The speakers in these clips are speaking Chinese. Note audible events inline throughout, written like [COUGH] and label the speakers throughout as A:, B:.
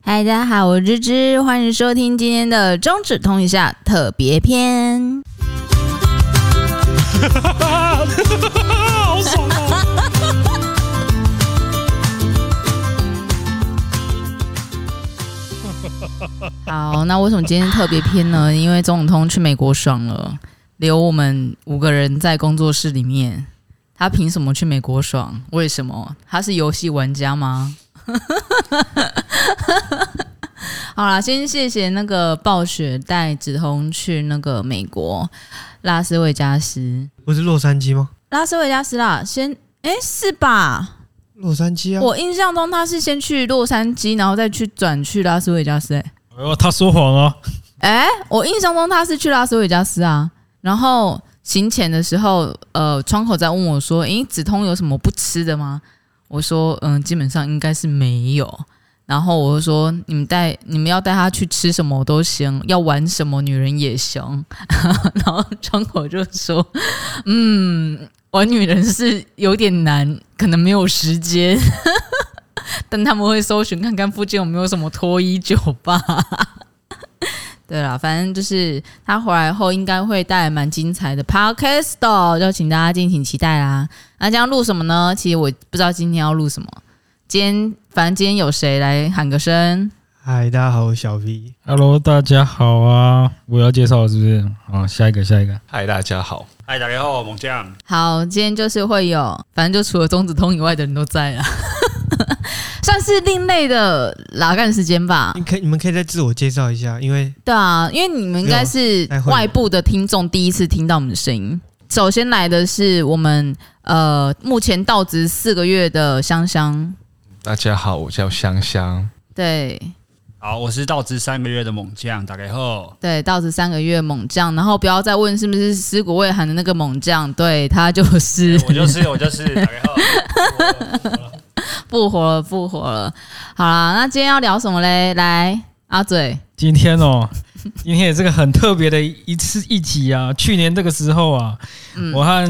A: 嗨，大家好，我是芝芝，欢迎收听今天的中指通一下特别篇。
B: [LAUGHS] 好爽啊！
A: [LAUGHS] 好，那为什么今天特别篇呢？因为总统通去美国爽了，留我们五个人在工作室里面。他凭什么去美国爽？为什么？他是游戏玩家吗？好啦，先谢谢那个暴雪带梓潼去那个美国拉斯维加斯，
B: 不是洛杉矶吗？
A: 拉斯维加斯啦，先哎、是吧？
B: 洛杉矶啊！
A: 我印象中他是先去洛杉矶，然后再去转去拉斯维加斯、欸。
B: 哎呦，他说谎啊！
A: 哎、我印象中他是去拉斯维加斯啊。然后行前的时候，呃，窗口在问我说：“诶，子通有什么不吃的吗？”我说：“嗯，基本上应该是没有。”然后我就说：“你们带你们要带他去吃什么都行，要玩什么女人也行。” [LAUGHS] 然后窗口就说：“嗯，玩女人是有点难，可能没有时间。”但他们会搜寻看看附近有没有什么脱衣酒吧。对啦，反正就是他回来后应该会带来蛮精彩的 podcast，哦就请大家敬请期待啦。那将录什么呢？其实我不知道今天要录什么。今天反正今天有谁来喊个声？
B: 嗨，大家好，我是小 V。
C: Hello，大家好啊！我要介绍了是不是？好，下一个，下一个。
D: 嗨，大家好，
E: 嗨，大家好，我猛将。
A: 好，今天就是会有，反正就除了钟子通以外的人都在啦， [LAUGHS] 算是另类的拉干时间吧
B: 你。可以你们可以再自我介绍一下，
A: [LAUGHS]
B: 因为
A: 对啊，因为你们应该是
B: 没有太混
A: 外部的听众第一次听到我们的声音。首先来的是我们呃，目前到职四个月的香香，
D: 大家好，我叫香香。
A: 对
E: 好，我是到职三个月的猛将，大家好。
A: 对，到职三个月猛将，然后不要再问是不是尸骨未寒的那个猛将，对他就是
E: 哎
A: [LAUGHS]
E: 我就是我就是大家好。
A: 复活了，复活了。好啦，那今天要聊什么嘞？来，阿嘴，
C: 今天
B: [LAUGHS]
C: 哦，今天也是个很特别的一次一集啊。去年这个时候啊，我和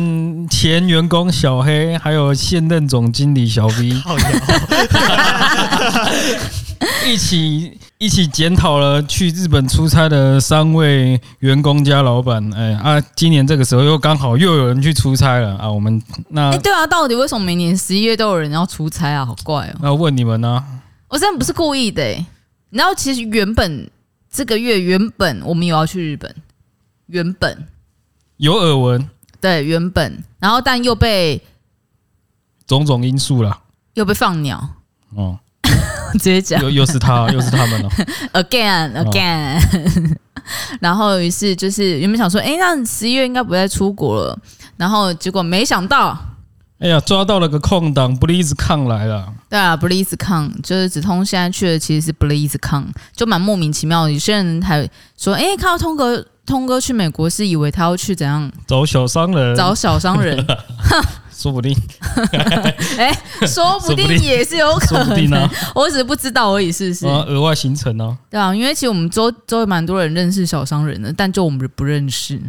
C: 前员工小黑，还有现任总经理小 V
B: [LAUGHS] 好哦呀，
C: [LAUGHS]
B: [LAUGHS]
C: 一起一起检讨了去日本出差的三位员工加老板。哎啊，今年这个时候又刚好又有人去出差了啊。我们那
A: 哎、对啊，到底为什么每年十一月都有人要出差啊？好怪哦、
C: 那问你们啊呢、
A: 我真的不是故意的、欸。你知道，其实原本这个月原本我们有要去日本，原本
C: 有耳闻
A: 对原本，然后但又被
C: 种种因素啦。
A: 又被放鸟， [LAUGHS]
C: 哦，
A: 直接讲。
C: 又又是他，又是他
A: [LAUGHS]
C: 们了。 [LAUGHS]
A: again
C: 哦
A: again，、然 [LAUGHS] 后于是就是原本想说，哎、那十一月应该不再出国了，然后结果没想到，
C: 哎呀，抓到了个空档，不一直抗来了。
A: 对啊，BlizzCon 就是子通现在去的其实是 BlizzCon，就蛮莫名其妙的。有些人还说，哎、看到通哥通哥去美国是以为他要去怎样
C: 找小商人，
A: 找小商
C: [LAUGHS]
A: 人，
C: 说不定，
A: 哎、说不定
C: 说不定
A: 也是有可
C: 说不定啊
A: 能
C: 呢，，
A: 我只是不知道而已，是不是？
C: 啊，额外行程呢、
A: 对啊，因为其实我们周周围蛮多人认识小商人的，但就我们不认识，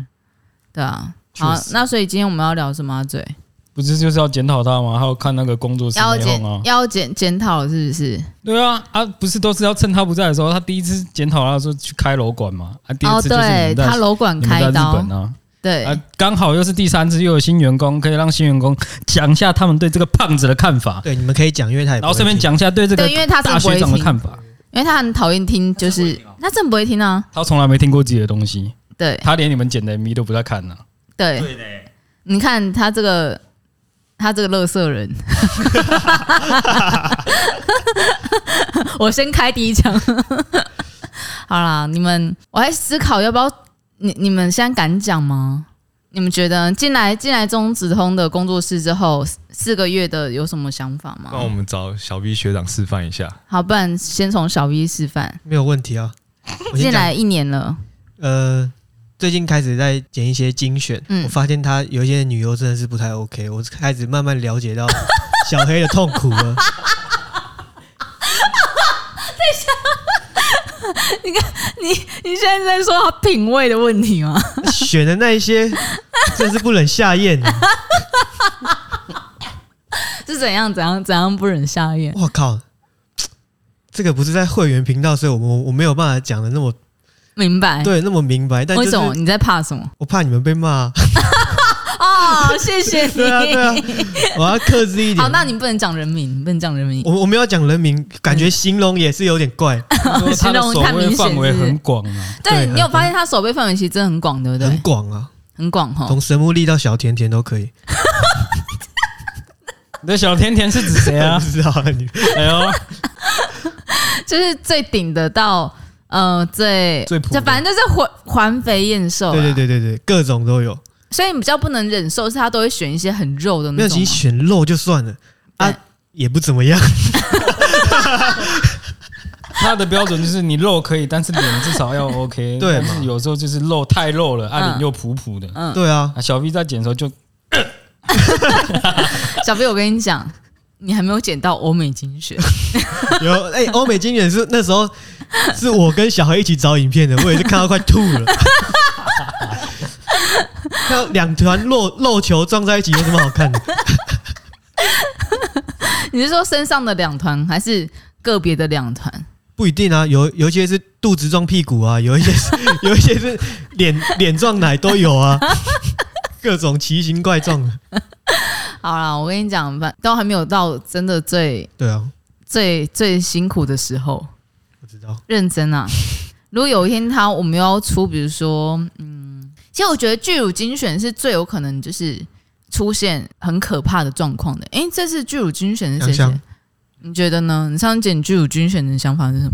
A: 对啊。好
C: 确，实
A: 那所以今天我们要聊什么、啊？嘴
C: 不是就是要检讨他吗？还有看那个工作室
A: 要
C: 内
A: 检
C: 讧啊，
A: 要检检讨是不是？
C: 对啊，啊，不是都是要趁他不在的时候，他第一次检讨他说去开楼管嘛，啊，第二
A: 哦，
C: 次就是
A: 对
C: 你们在、
A: 他楼管
C: 你们在
A: 开
C: 日
A: 刀
C: 本，啊，
A: 对，
C: 啊，刚好又是第三次又有新员工，可以让新员工讲一下他们对这个胖子的看法，
B: 对，你们可以讲，因为他也不
C: 然后顺便
B: 会听，
C: 讲一下对这个
A: 对，因为他真
C: 大
A: 的不
C: 学
A: 会
C: 长的
A: 听，
C: 看法，
A: 因为他很讨厌听，就是他真的不会听啊，
C: 他从来没听过自己的东西，
A: 对
C: 他连你们剪的 MV 都不在看
A: [LAUGHS]
C: 呢、
A: 对，
E: 对的，
A: 你看他这个。他这个乐色人， [LAUGHS] 我先开第一枪。好啦，你们，我还思考要不要你你们现在敢讲吗？你们觉得进来进来中子通的工作室之后四四个月的有什么想法吗？
D: 那我们找小 B 学长示范一下。
A: 好，不然先从小 V 示范。
B: 没有问题
A: [LAUGHS]
B: 啊。我先
A: 进
B: 讲
A: 来，一年了，
B: 呃，最近开始在剪一些精选，
A: 嗯
B: 我发现他有一些女优真的是不太 OK，我开始慢慢了解到 [LAUGHS] 小黑的痛苦了。
A: 你现在在说他品味的问题吗？
B: 选的那
A: [LAUGHS]
B: 一些真是不忍下咽啊，
A: 是怎样怎样怎样不忍下咽？
B: 我靠！这个不是在会员频道，所以我们我没有办法讲的那么
A: 明白？
B: 对那么明白，但就
A: 哎为
B: 是
A: 什么你在怕什么？
B: 我怕你们被骂啊，
A: 哦，谢谢你。
B: [LAUGHS] 对啊对啊，我要克制一点。
A: 好，那你不能讲人名，你不能讲人名。
B: 我我没有讲人名，感觉形容也是有点怪。
A: [LAUGHS]
C: 说它的守卫范围很广啊，
A: 对
B: 对
A: 你有发现他手背范围其实真的很广，对不
B: 很
A: 对？
B: 广啊，
A: 很广哈。
B: 从神木力到小甜甜都可以。
C: 你的小甜甜是指谁
B: 我
A: [LAUGHS]
C: 啊
B: 不？知道啊 [LAUGHS] 你
C: 哎呦，
A: 就是最顶的到呃最
C: 最普的
A: 就反正就是环环肥燕瘦，啊
B: 对对，对对对，各种都有。
A: 所以你比较不能忍受是他都会选一些很肉的
B: 没
A: 那
B: 有，
A: 种
B: 其
A: 吗
B: 实。选肉就算了
A: 对
B: 啊，也不怎么样。
C: 他的标准就是你肉可以，但是脸至少
A: [LAUGHS]
C: 要 OK。
B: 对
C: 但
B: 嘛
C: 是有时候就是肉太肉了，啊
A: 嗯
C: 脸又普普的。
A: 嗯，
B: [LAUGHS] 对啊，
C: 啊，小 V 在剪的时候就
A: 小飞，我跟你讲，你还没有捡到欧美
B: [LAUGHS]
A: 精选，
B: 有哎，欧美经典是那时候是我跟小黑一起找影片的，我也是看到快吐
A: [LAUGHS]
B: 了。看到两团肉肉球撞在一起有什么好看的？
A: 你是说身上的两团还是个别的两团？
B: 不一定啊，有有一些是肚子撞屁股啊，有一些是 [LAUGHS] 有一些是脸脸撞奶都有
C: [LAUGHS]
B: 啊，各种奇形怪状的。
A: 好啦，我跟你讲，反都还没有到真的最
B: 对啊，
A: 最最辛苦的时候，
B: 我知道。
A: 认真啊！ [LAUGHS] 如果有一天他我们要出，比如说，嗯，其实我觉得巨乳精选是最有可能就是出现很可怕的状况的。诶，这次巨乳精选是谁
B: 香
A: 写
B: 香？
A: 你觉得呢？你上次剪巨乳精选的想法是什么？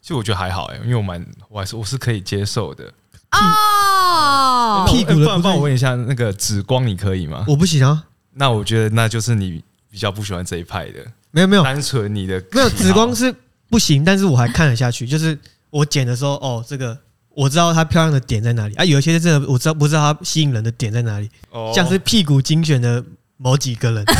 D: 其实我觉得还好哎、因为我蛮我还是我是可以接受的。
A: 哦
B: 屁股的
D: 哎不然
B: 部分
D: 帮我问一下，那个紫光你可以吗？
B: 我不行啊，
D: 那我觉得那就是你比较不喜欢这一派的，
B: 没有没有
D: 单纯你的
B: 哦没有，
D: 喜好
B: 紫光是不行，但是我还看得下去。就是我剪的时候，哦，这个我知道它漂亮的点在哪里啊。有一些是真的我知道不知道它吸引人的点在哪里，
D: 哦
B: 像是屁股精选的某几个人， [LAUGHS]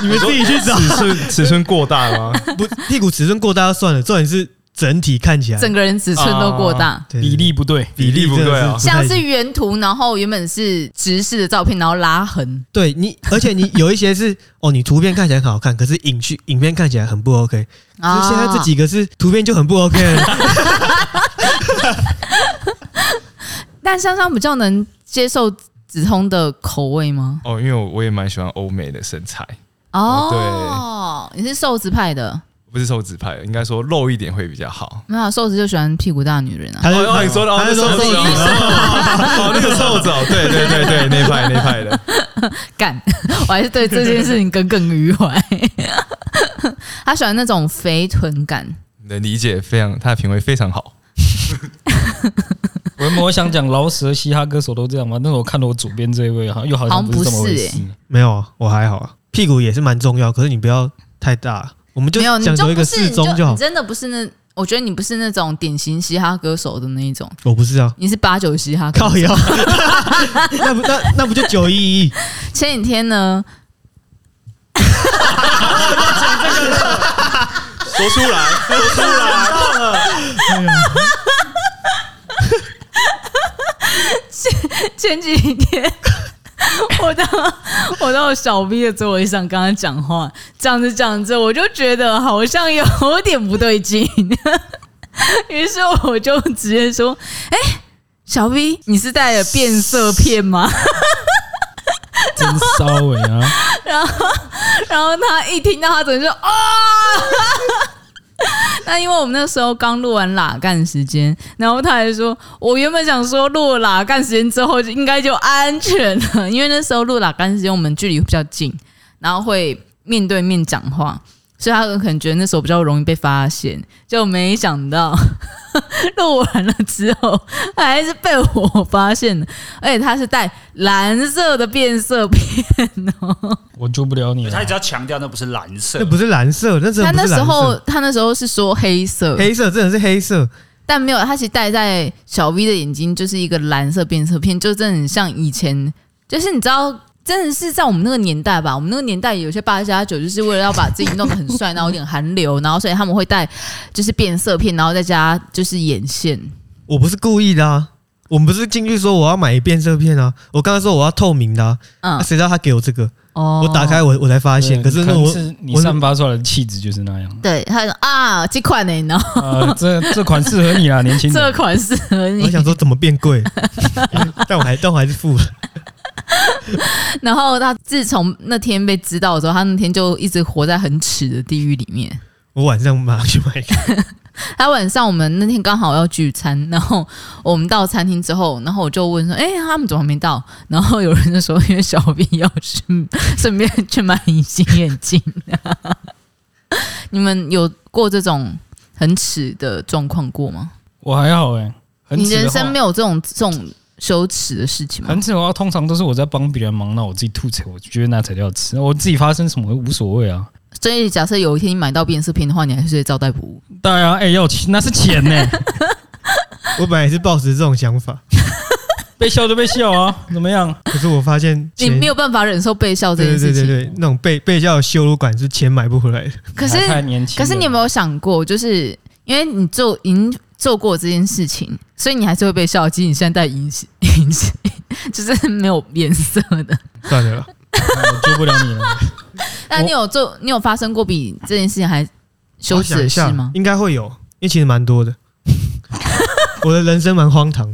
B: 你们自己去找。
D: 尺寸尺寸过大吗？
B: 不，屁股尺寸过大就算了，重点是整体看起来
A: 整个人尺寸都过大，
B: 对
C: 比例不对，
B: [LAUGHS] 比例
D: 比例不对
B: 真的
D: 啊
B: 是不太
A: 像是原图，然后原本是直视的照片，然后拉痕。
B: 对你，而且你有一些是 [LAUGHS] 哦，你图片看起来很好看，可是影去影片看起来很不 OK。可
A: 啊
B: 是现在这几个是图片就很不 OK 了，
A: 但香香比较能接受紫通的口味吗？
D: 哦，因为我我也蛮喜欢欧美的身材，
A: 哦，你是瘦子派的，
D: 不是瘦子派的，应该说露一点会比
B: [LAUGHS]
D: 较好。
A: 没有啊瘦子就喜欢屁股大女人啊。
B: 还是
D: 哦，你说的哦，
B: 还是说
D: 那瘦
A: 瘦子
D: 子哦，哦那个瘦子哦，对对对对，那一派那一派的，
A: [LAUGHS] 干， [LAUGHS] 我还是对这件事情耿耿于怀。 [LAUGHS] 他喜欢那种肥臀感，
D: 你的理解非常，他的品味非常好。
A: 嗯
C: 我原本我想讲饶舌嘻哈歌手都这样吗？但是我看了我左边这一位，好像又好
A: 好像
C: 像不是这么回
A: 不是
C: 事。
B: 没有啊，我还好啊，屁股也是蛮重要，可是你不要太大，我们就
A: 没有，你
B: 讲究一
A: 不
B: 个
A: 是，
B: 适
A: 你就
B: 中就好
A: 你。真的不是那，我觉得你不是那种典型嘻哈歌手的那一种，
B: 我不
A: [LAUGHS]
B: 是啊，
A: 你是八九嘻哈歌手
B: 靠腰，那不那那不就九一一？
A: 前几天呢，
D: 说出来，说出来，
A: [LAUGHS] 前几天我到我到小 B 的座位上跟他讲话，讲着讲着我就觉得好像有点不对劲， [LAUGHS] 于是我就直接说：“哎、小 B，你是带了变色片吗
C: 真骚尾啊！？”
A: 然后他一听到，他整个就啊。 [LAUGHS] 那因为我们那时候刚录完喇干时间，然后他还说，我原本想说录了喇干时间之后就应该就安全了，因为那时候录喇干时间我们距离比较近，然后会面对面讲话，所以他可能觉得那时候比较容易被发现，就没想到 [LAUGHS] 录完了之后还是被我发现了，而且他是带蓝色的变色片哦。
C: 我救不了你啊
E: 他
C: 了
E: 一直。要强调那不是蓝色
B: 那，不是蓝色，那真
A: 他
B: 的
A: 那
B: 不是
A: 时
B: 蓝
A: 候
B: 色，
A: 他那时候是说黑色，
B: 黑色真的是黑色。
A: 但没有，他其实戴在小 V 的眼睛就是一个蓝色变色片，就真的很像以前，就是你知道。真的是在我们那个年代吧，我们那个年代有些八加九就是为了要把自己弄得很帅，然后有点韩流，然后所以他们会戴就是变色片，然后再加就是眼线。
B: 我不是故意的啊，我们不是进去说我要买变色片啊，我刚刚说我要透明的啊，
A: 嗯
B: 啊，谁知道他给我这个？
A: 哦，。
B: 我打开我我才发现，可是
C: 可
B: 那
C: 能
B: 我
C: 是你
B: 我
C: 散发出来的气质就是那样
A: [LAUGHS] 对，他说啊，这款呢，然后
C: 啊，这这款适合你啦，年轻
A: 这
C: 人。
A: 款适合
B: 我
A: 你，
B: 想说怎么变
A: [LAUGHS]
B: 贵，但我还但我还是付了。
A: 然后他自从那天被知道之后，他那天就一直活在很耻的地狱里面。
B: 我晚上马上去买一
A: [LAUGHS]
B: 个。
A: 他晚上我们那天刚好要聚餐，然后我们到餐厅之后，然后我就问说：“哎、他们怎么还没到？”然后有人就说：“因为小 B 要去顺便去买隐形眼镜、 [LAUGHS] 你们有过这种很耻的状况过吗？
C: 我还好哎，很
A: 你
C: 耻
A: 人
C: 的话
A: 生没有这种这种羞耻的事情吗？
C: 很耻的话，通常都是我在帮别人忙，那我自己吐槽，我觉得那才叫吃。我自己发生什么无所谓啊。
A: 所以假设有一天你买到变色片的话，你还是会招待不误。
C: 当然，哎，要钱那是钱欸呢、
A: [LAUGHS]
B: 我本来也是抱持这种想法，
C: 被笑就被笑啊，怎么样？
B: 可是我发现
A: 你
B: 钱
A: 没有办法忍受被笑这
B: 对
A: 件
B: 对
A: 事
B: 对
A: 情。
B: 对对，那种被被叫羞辱感是钱买不回来
A: [LAUGHS]
B: 的。
A: 可是
C: 还太年轻
A: 可
C: 了，
A: 是你有没有想过，就是因为你做已经做过这件事情，所以你还是会被笑。其实你现在戴隐形隐形， [LAUGHS] 就是没有颜色
B: [LAUGHS]
A: 的。
B: 算了啦，
C: 我救不了你了。
A: 那你有做，你有发生过比这件事情还羞
B: 我
A: 耻
B: 想一
A: 的事
B: 下
A: 吗，？
B: 应该会有，因为其实蛮
A: [LAUGHS]
B: 多的。我的人生蛮荒唐，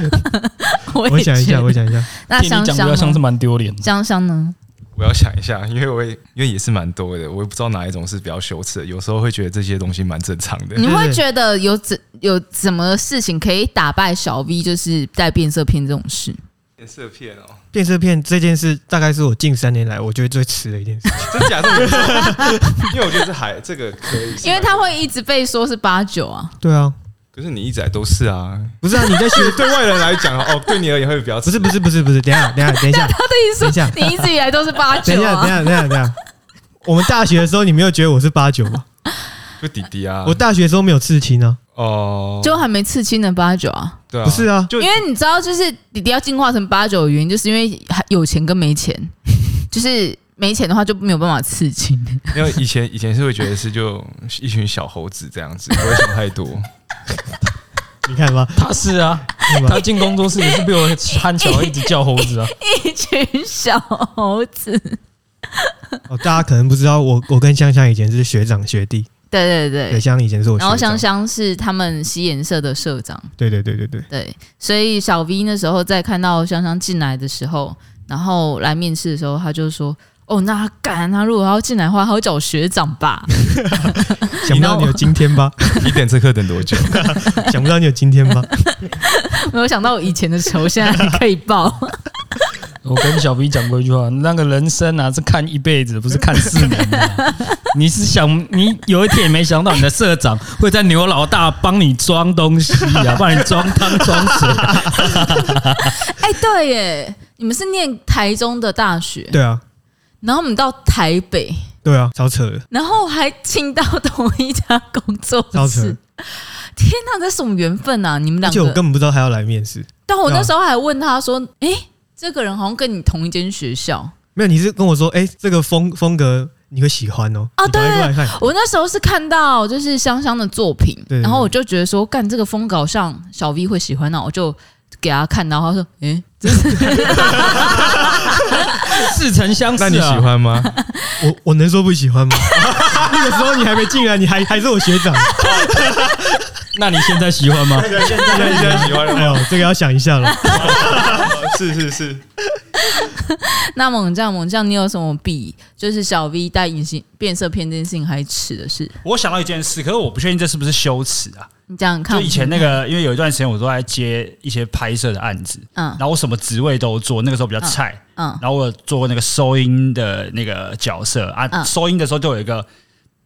A: [LAUGHS] 我
B: 我
A: 也
B: 想一
A: 觉
B: 下，
A: 得
B: 我想一下，
A: [LAUGHS] 那啊
C: 听
A: 香
C: 你讲
A: 香
C: 比较像是
A: 呢
C: 蛮丢脸的。
A: 香香呢？
D: 我要想一下， [LAUGHS] 因为我也因为也是蛮多的，我也不知道哪一种是比较羞耻的。有时候会觉得这些东西蛮正常的。
A: 你
B: 对
A: 会
B: 对
A: 觉得有怎有什么事情可以打败小 V，就是戴变色片这种事？
D: 颜色片哦， [LAUGHS]
B: 变色片这件事大概是我近三年来我觉得最迟的一件事。
D: 真假的？因为我觉得这还这个可以，
A: 因为他会一直被说是八九啊，
B: 对啊，
D: 可是你一直来都是啊，
B: 不是啊，你在
A: [LAUGHS]
B: 学，
D: 对外人来讲哦，对你而言会比较
B: 不是不是不是不是，等一下等一下等一下，
A: 他的
B: 等
A: 意
B: 一
A: 思
B: 下
A: 说你一直以来都是八
B: 等一
A: 九
B: 下
A: 啊。
B: 等一下等一下等一下，我们大学的时候你没有觉得我是八九吗？
D: 就弟弟啊，
B: 我大学的时候没有刺青啊，
D: 哦，
A: 就还没刺青的八九啊，
D: 对啊，
B: 不是啊，
D: 就
A: 因为你知道，就是弟弟要进化成八九的原因，就是因为有钱跟没钱， [LAUGHS] 就是没钱的话就没有办法刺青。 [LAUGHS]
D: 因为以前以前是会觉得是就一群小猴子这样子，不会想太多。 [LAUGHS]
B: 你看吧，
C: 他是
A: [LAUGHS]
C: 啊，
B: 看吧
C: 他进工作室也是被我憨小孩一直叫猴子啊。
A: 一群小猴子，
B: 哦，大家可能不知道，我我跟香香以前是学长学弟，
A: 对对
B: 对，
A: 对。
B: 香香以前是我
A: 然
B: 学长，
A: 后香香是他们西颜社的社长，
B: 对对对对对，
A: 对，所以小 V 那时候在看到香香进来的时候，然后来面试的时候，他就说：“哦，那他敢，他如果要进来的话，他会叫我学长 [LAUGHS] 吧。”
B: 想不到你有今天吧？
D: 你等这课等
B: [LAUGHS]
D: 多久？
B: 啊想不到你有今天吧？
A: 没有想到我以前的仇现在还可以报。
C: 我跟小 B 讲过一句话，那个人生啊是看一辈子，不是看四年的啊。你是想，你有一天也没想到你的社长会在牛老大帮你装东西啊，帮你装汤装水啊、
A: 哎、对耶，你们是念台中的大学，
B: 对啊，
A: 然后我们到台北，
B: 对啊，超扯的，
A: 然后还进到同一家工作
B: 超扯
A: 室。天哪，这什么缘分啊！你们
B: 而
A: 两
B: 且我
A: 个，
B: 根本不知道他要来面试。
A: 但我
B: 对
A: 那
B: 啊
A: 时候还问他说：“哎、这个人好像跟你同一间学校。
B: 没有，你是跟我说，哎、这个风风格你会喜欢哦。
A: 啊
B: 你赶快过来看，”
A: 我那时候是看到就是香香的作品，
B: 对对
A: 然后我就觉得说，干这个风格好像小 V 会喜欢，啊那我就给他看，然后他说：“哎、
C: 似曾相识、
D: 那
C: 啊。
D: 你喜？欢吗？
B: 我我能说不喜欢吗？ [LAUGHS] 那个时候你还没进来，你还还是我学长。
C: 那你现在喜欢吗？
D: [LAUGHS] 现在现在喜欢了
B: 哎
D: 吗？
B: 呦，这个要想一下了。
D: [LAUGHS] 是是是，
A: 那猛将猛将，你有什么比就是小 V 戴隐形变色片这件事情还耻的事？
E: 我想到一件事，可是我不确定这是不是羞耻啊。
A: 你这样看，
E: 就以前那，个，因为有一段时间我都在接一些拍摄的案子，
A: 嗯
E: 然后我什么职位都做，那个时候比较菜，
A: 嗯，
E: 然后我有做过那个收音的那个角色啊，
A: 嗯
E: 收音的时候就有一个，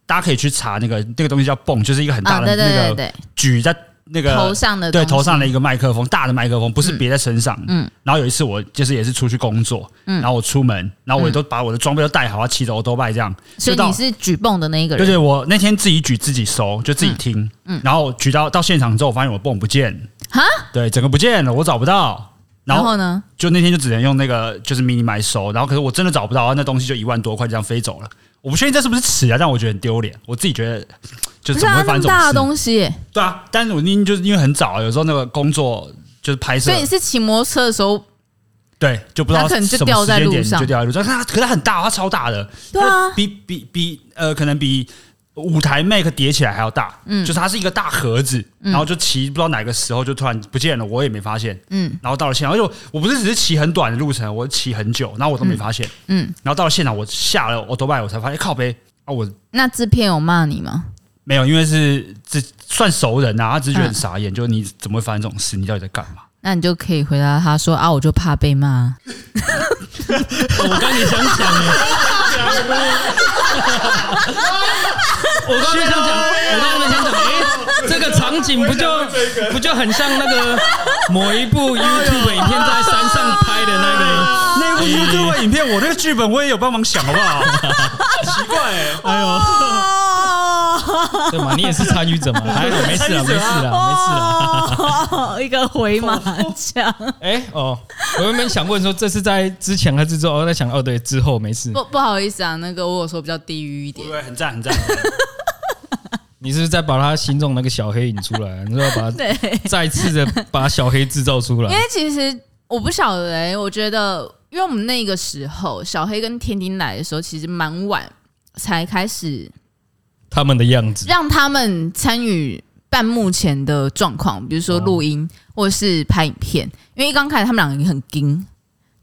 E: 大家可以去查那个那个东西叫泵，就是一个很
A: 啊，
E: 大的
A: 对对
E: 那
A: 对
E: 个
A: 对，
E: 举在那个
A: 头上的
E: 对
A: 东西
E: 头上的一个麦克风，大的麦克风，不是别在身上。
A: 嗯
E: 嗯，然后有一次我就是也是出去工作，
A: 嗯
E: 然后我出门，然后我也都把我的装备都带好，要骑着欧多拜这样。
A: 所以
E: 就到
A: 你是举泵的那一个
E: 对
A: 人，
E: 对，我那天自己举自己收，就自己听，
A: 嗯
E: 然后举到到现场之后，我发现我泵不见，
A: 哈，
E: 对，整个不见了，我找不到。然
A: 然
E: 后
A: 后呢？
E: 就那天就只能用那个就是 mini 麦收，然后可是我真的找不到，啊那东西就一万多块这样飞走了。我不确定这是不是耻啊，但我觉得很丢脸，我自己觉得就
A: 不是
E: 是怎么
A: 啊，
E: 会
A: 那
E: 发
A: 么
E: 生这
A: 大的
E: 种事？
A: 东西耶，
E: 对啊，但是我因就是因为很早，有时候那个工作就是拍摄
A: 所
E: 啊
A: 以，你是骑摩托车的时候
E: 对，就不知道
A: 它可能就
E: 什么
A: 掉
E: 时
A: 在
E: 间
A: 路
E: 点
A: 上
E: 就掉在路上。可是它可是它很大，它超大的，
A: 对啊
E: 它比比比呃，可能比舞台 make 叠起来还要大，嗯，就是它是一个大盒子，
A: 嗯
E: 然后就骑不知道哪个时候就突然不见了，我也没发现，
A: 嗯
E: 嗯，然后到了现场，而且我不是只是骑很短的路程，我骑很久，然后我都没发现，
A: 嗯，
E: 然后到了现场，我下了 o t o b i 我才发现靠背啊，我
A: 那制片有骂你吗？
E: 没有，因为是这算熟人啊，他只是觉得很
A: 嗯
E: 傻眼，就是你怎么会发生这种事？你到底在干嘛？
A: 那你就可以回答他说啊，我就怕被骂。
C: 我刚也想讲耶，我刚也想讲，我刚也想讲，哎，这个场景不就不就很像那个某一
D: 哎
C: 部 YouTube 影片在山上拍的那个？
A: 啊
E: 那部 YouTube 影片，我那个剧本我也有帮忙想，好不好？ [LAUGHS] 奇怪、欸，哎呦，
A: 哦，
C: 对嘛？你也是参与者 [LAUGHS] 哦嘛？还好，没事啊了，没事了，没事啊了。
E: 哦 [LAUGHS]
A: 了，一个回马枪。
C: 哎哦，我原本想问说，这是在之前还是之后？我在想，哦，对，之后没事。
A: 不不好意思啊，那个我有说比较地狱一点
E: [LAUGHS] 对，，很赞很赞。
C: 你是不是在把他心中那个小黑引出 [LAUGHS] 来？你是不是要把
A: 对，因
C: 他再次的把小黑制造出来
A: 为？其实我不晓得、欸，我觉得，因为我们那个时候小黑跟天丁来的时候，其实蛮晚才开始
C: 他们的样子，
A: 让他们参与办目前的状况，比如说录音或是拍影片，因为一刚开始他们两个也很盯，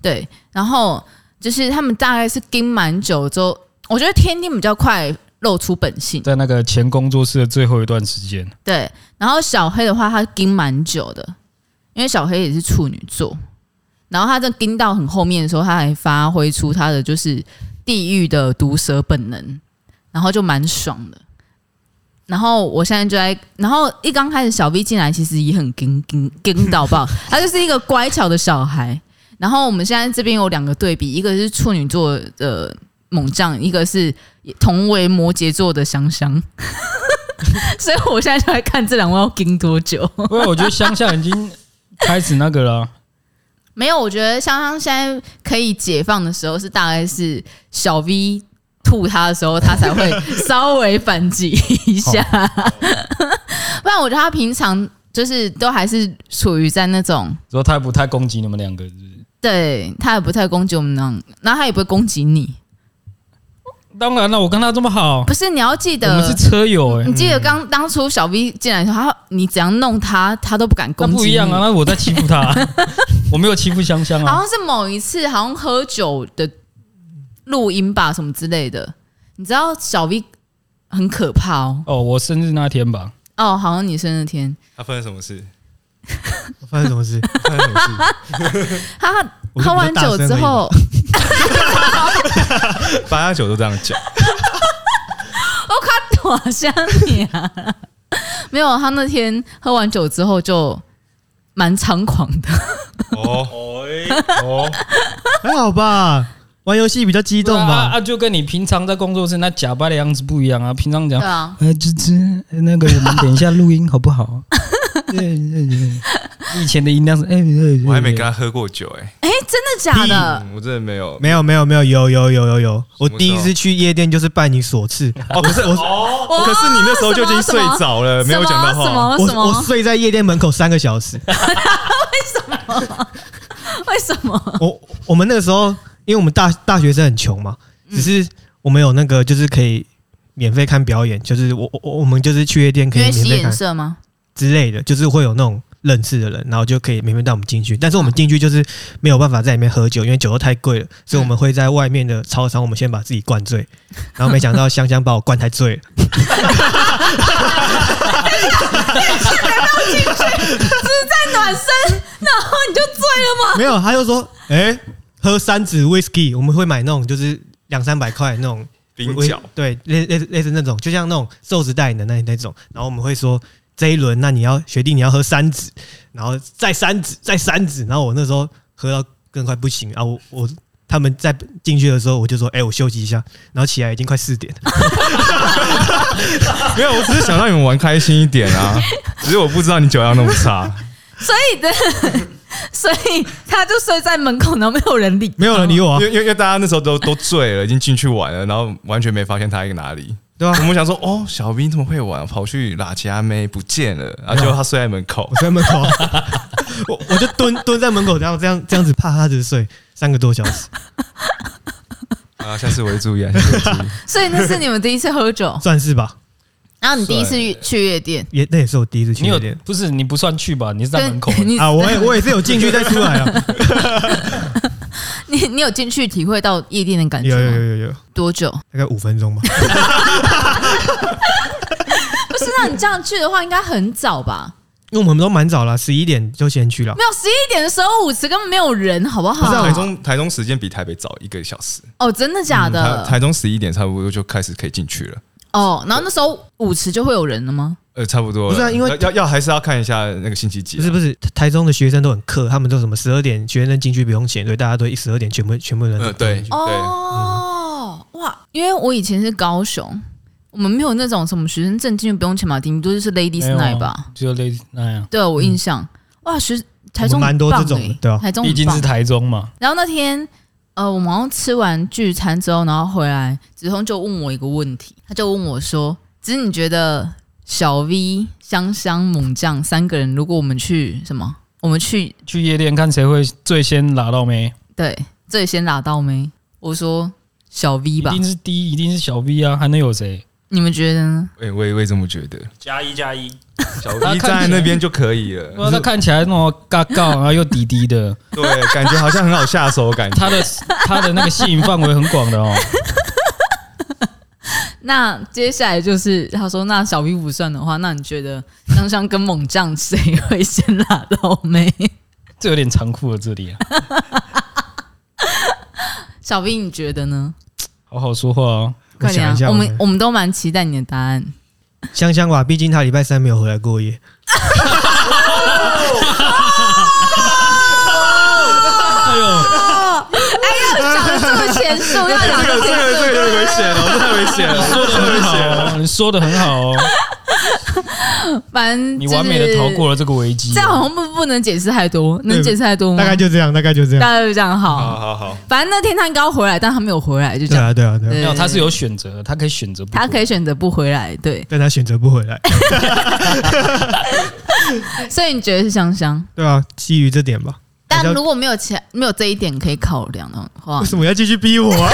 A: 对，然后就是他们大概是盯蛮久之后，我觉得天丁比较快露出本性，
C: 在那个前工作室的最后一段时间，
A: 对，然后小黑的话他盯蛮久的，因为小黑也是处女座，然后他在盯到很后面的时候，他还发挥出他的就是地狱的毒蛇本能，然后就蛮爽的。然后我现在就在，然后一刚开始小 V 进来，其实也很跟跟跟到爆，他就是一个乖巧的小孩。然后我们现在这边有两个对比，一个是处女座的猛将，一个是同为摩羯座的香香。 [LAUGHS] 所以我现在就在看这两位要跟多久。
C: 因为我觉得乡下已经开始那个了，啊
A: 没有，我觉得香香现在可以解放的时候是大概是小 V 吐他的时候，他才会稍微反击一 [LAUGHS] 下。不然我觉得他平常就是都还是处于在那种
C: 说他不太攻击你们两个，是不是
A: 对他也不太攻击我们那种，然后他也不会攻击你。
C: 当然了，我跟他这么好，
A: 不是你要记
C: 我们是
A: 得。
C: 车友哎、
A: 你记得刚当初小 V 进来的时候，他你怎样弄他，他都不敢
C: 那
A: 攻击你。
C: 不一样啊，那我在欺负 [LAUGHS] 他，我没有欺负香
B: 嗯
C: 香
A: 好
C: 啊，
A: 像是某一次，好像喝酒的录音吧，什么之类的。你知道小 V 很可怕哦。
C: 哦，我生日那天吧，
A: 哦，好像你生日天，
D: 他发生什么事？
B: 发生什么事？
D: 他发生什么事？
A: 他
B: 我就
A: 喝完酒之后，
D: 八加九都这样讲，
A: [LAUGHS] 我靠，像你啊！没有，他那天喝完酒之后就蛮猖狂的。
D: 哦哦，
B: 还好吧，玩游戏比较激动
C: 啊啊
B: 吧。
C: 啊，就跟你平常在工作室那假扮的样子不一样啊，平常讲
A: 对。啊，
C: 呃，芝芝，那个我们等一下录音好不好？对对对，以前的音量是哎，
D: 我还没跟他喝过酒哎，
A: 哎，真的假的？
D: 嗯我真的没有
B: 没有没有没有有有有有有，我
D: 什么
B: 第一
D: 时候
B: 次去夜店就是拜你所赐，
D: 哦，可是我
A: 哇
D: 可是你那时候就已经睡着了，没有讲到
A: 什
D: 话。
A: 么
B: 我
A: 什
B: 我
A: 么
B: 睡在夜店门口三个小时。
A: 为什么？
B: 我我们那个时候，因为我们大大学生很穷嘛，只是我们有那个就是可以免费看表演，就是我我我我们就是去夜店可
A: 因
B: 以
A: 为吸
B: 免费看
A: 颜色吗？
B: 之类的，就是会有那种认识的人，然后就可以免费带我们进去。但是我们进去就是没有办法在里面喝酒，因为酒都太贵了，所以我们会在外面的超商，我们先把自己灌醉。然后没想到香香把我灌太醉了，
A: 暖身，然后你就醉了吗？
B: [LAUGHS] 没有，他就说：“哎、喝三支 whisky，我们会买那种就是两三百块那种
D: 冰
B: 威
D: 角，
B: 对，类类似类似那种，就像那种瘦子代言的那那种。然后我们会说这一轮，那你要学弟你要喝三指，然后再三指，再三指。然后我那时候喝到更快不行啊，我我他们在进去的时候，我就说，哎、我休息一下。然后起来已经快四点了，
D: 没有，我只是想让你们玩开心一点 [LAUGHS] 啊。只是我不知道你酒量那么差，
A: 所以的，所以 [LAUGHS] 他就睡在门口，然后没有人理。
B: 没有人理我
D: 因
B: 啊，
D: 为因为因为大家那时候都都醉了，已经进去玩了，然后完全没发现他在哪里。
B: 对吧、
D: 我们想说，哦，小啊兵这么会玩，跑去拉其他妹不见了，然后结果他睡在门口
B: 我，在门口， [LAUGHS] 我我就蹲蹲在门口，然后这样这样子趴趴着睡三个多小时，，
D: [LAUGHS] 啊，下次我会注意啊，下次我会注意。
A: 所以那是你们第一次喝酒
B: 算是吧。
A: [LAUGHS] 然后你第一次去夜店，
B: 也那也是我第一次去
C: 你有
B: 夜店
C: 不是你不算去吧？你是在门口
A: 跟你
B: 啊，我也我也是有进去再出来啊，
A: 你你有进去体会到夜店的感觉
B: 有有有
A: 吗？
B: 有有，
A: 多久？
B: 大概五分钟吧。
A: 不是，那你这样去的话，应该很早吧？
B: 因为我们都蛮早了，十一点就先去了。
A: 没有，十一点的时候舞池根本没有人，好不
D: [LAUGHS] 不是啊
A: 好？
D: 台中，台中时间比台北早一个小时，
A: 哦，真的假
B: 嗯
D: 台
A: 的？
D: 台中十一点差不多就开始可以进去了。
A: 哦，然后那时候舞池就会有人了吗？
D: 呃，差不多了。
B: 不是啊因为
D: 要要要还是要看一下那个星期几啊。
B: 不是不是，台中的学生都很克，他们都什么十二点学生进去不用钱，所以大家都一十二点全部全部人都
C: 嗯
D: 呃，对，对，
A: 哦，哇！因为我以前是高雄，我们没有那种什么学生证进去不用钱嘛，顶多就是 ladies
C: 没有啊
A: night 吧。
C: 就类似哎那样，
A: 对啊我印象，哇，学台中
B: 我们蛮多
A: 很棒
B: 这种的
A: 欸
B: 对啊
A: 台中
C: 毕
A: 很
C: 竟
A: 棒
C: 是。台中嘛。
A: 然后那天，呃，我们好像吃完聚餐之后，然后回来，子通就问我一个问题，他就问我说：“只是你觉得小 V、香香、猛将三个人，如果我们去什么，我们去
C: 去夜店看谁会最先拿到没？
A: 对最先拿到没？”我说：“小 V [LAUGHS]
C: 一
A: 吧。
C: 定是第一，一定是小 V 啊，还能有谁？”
A: 你们觉得呢？
D: 哎，我也我也这么觉得。
E: 加一加一，
D: 小
C: 他看
D: V
C: 起来
D: 站在那边就可以
C: 哇，
D: 了，
C: 他看起来那么嘎嘎，然后又低低 [LAUGHS] 的，
D: 对，感觉好像很好下手，感觉。
C: 他的他的那个吸引范围很广的哦。
A: 那接下来就是他说，那小 V 不算的话，那你觉得香香跟猛将谁会先拿到没？
C: 这有点残酷了，这里、啊、
A: 小 V 你觉得呢？
C: 好好说话哦。
B: 我
A: 快点、啊
B: 想一，下，
A: 我们我们都蛮期待你的答案。
B: 香香吧，毕竟他礼拜三没有回来过夜。
C: 哎呦，
A: 讲的这么前述，要讲
D: [LAUGHS] 这
A: 的
D: 个这个这个有点危险哦，这太 [LAUGHS] 危
A: [LAUGHS]
D: 险了，
C: 说的很好哦，你说的很好哦，
A: 反正
C: 你完美的逃过。了这个危机哦
A: 这。样好像不不能解释太多，能解释太多吗？
B: 大概就这样，大概就这
A: 嗯大
B: 样。
A: 概就这样
D: 好
A: 好。
D: 好好，
A: 反正那天他应该要回来，但他没有回来，就这
B: 对
A: 样。
B: 啊，对啊，对啊。
A: 对
C: 没有，他是有选择的，他可以选择不。
A: 他可以选择不回来，对。
B: 但他选择不回来，
A: 所以你觉得是香香？
B: 对啊，基于这点吧。
A: 但
B: 比较
A: 如果没有钱，没有这一点可以考量的话
B: [LAUGHS] 为，什么要继续逼我啊？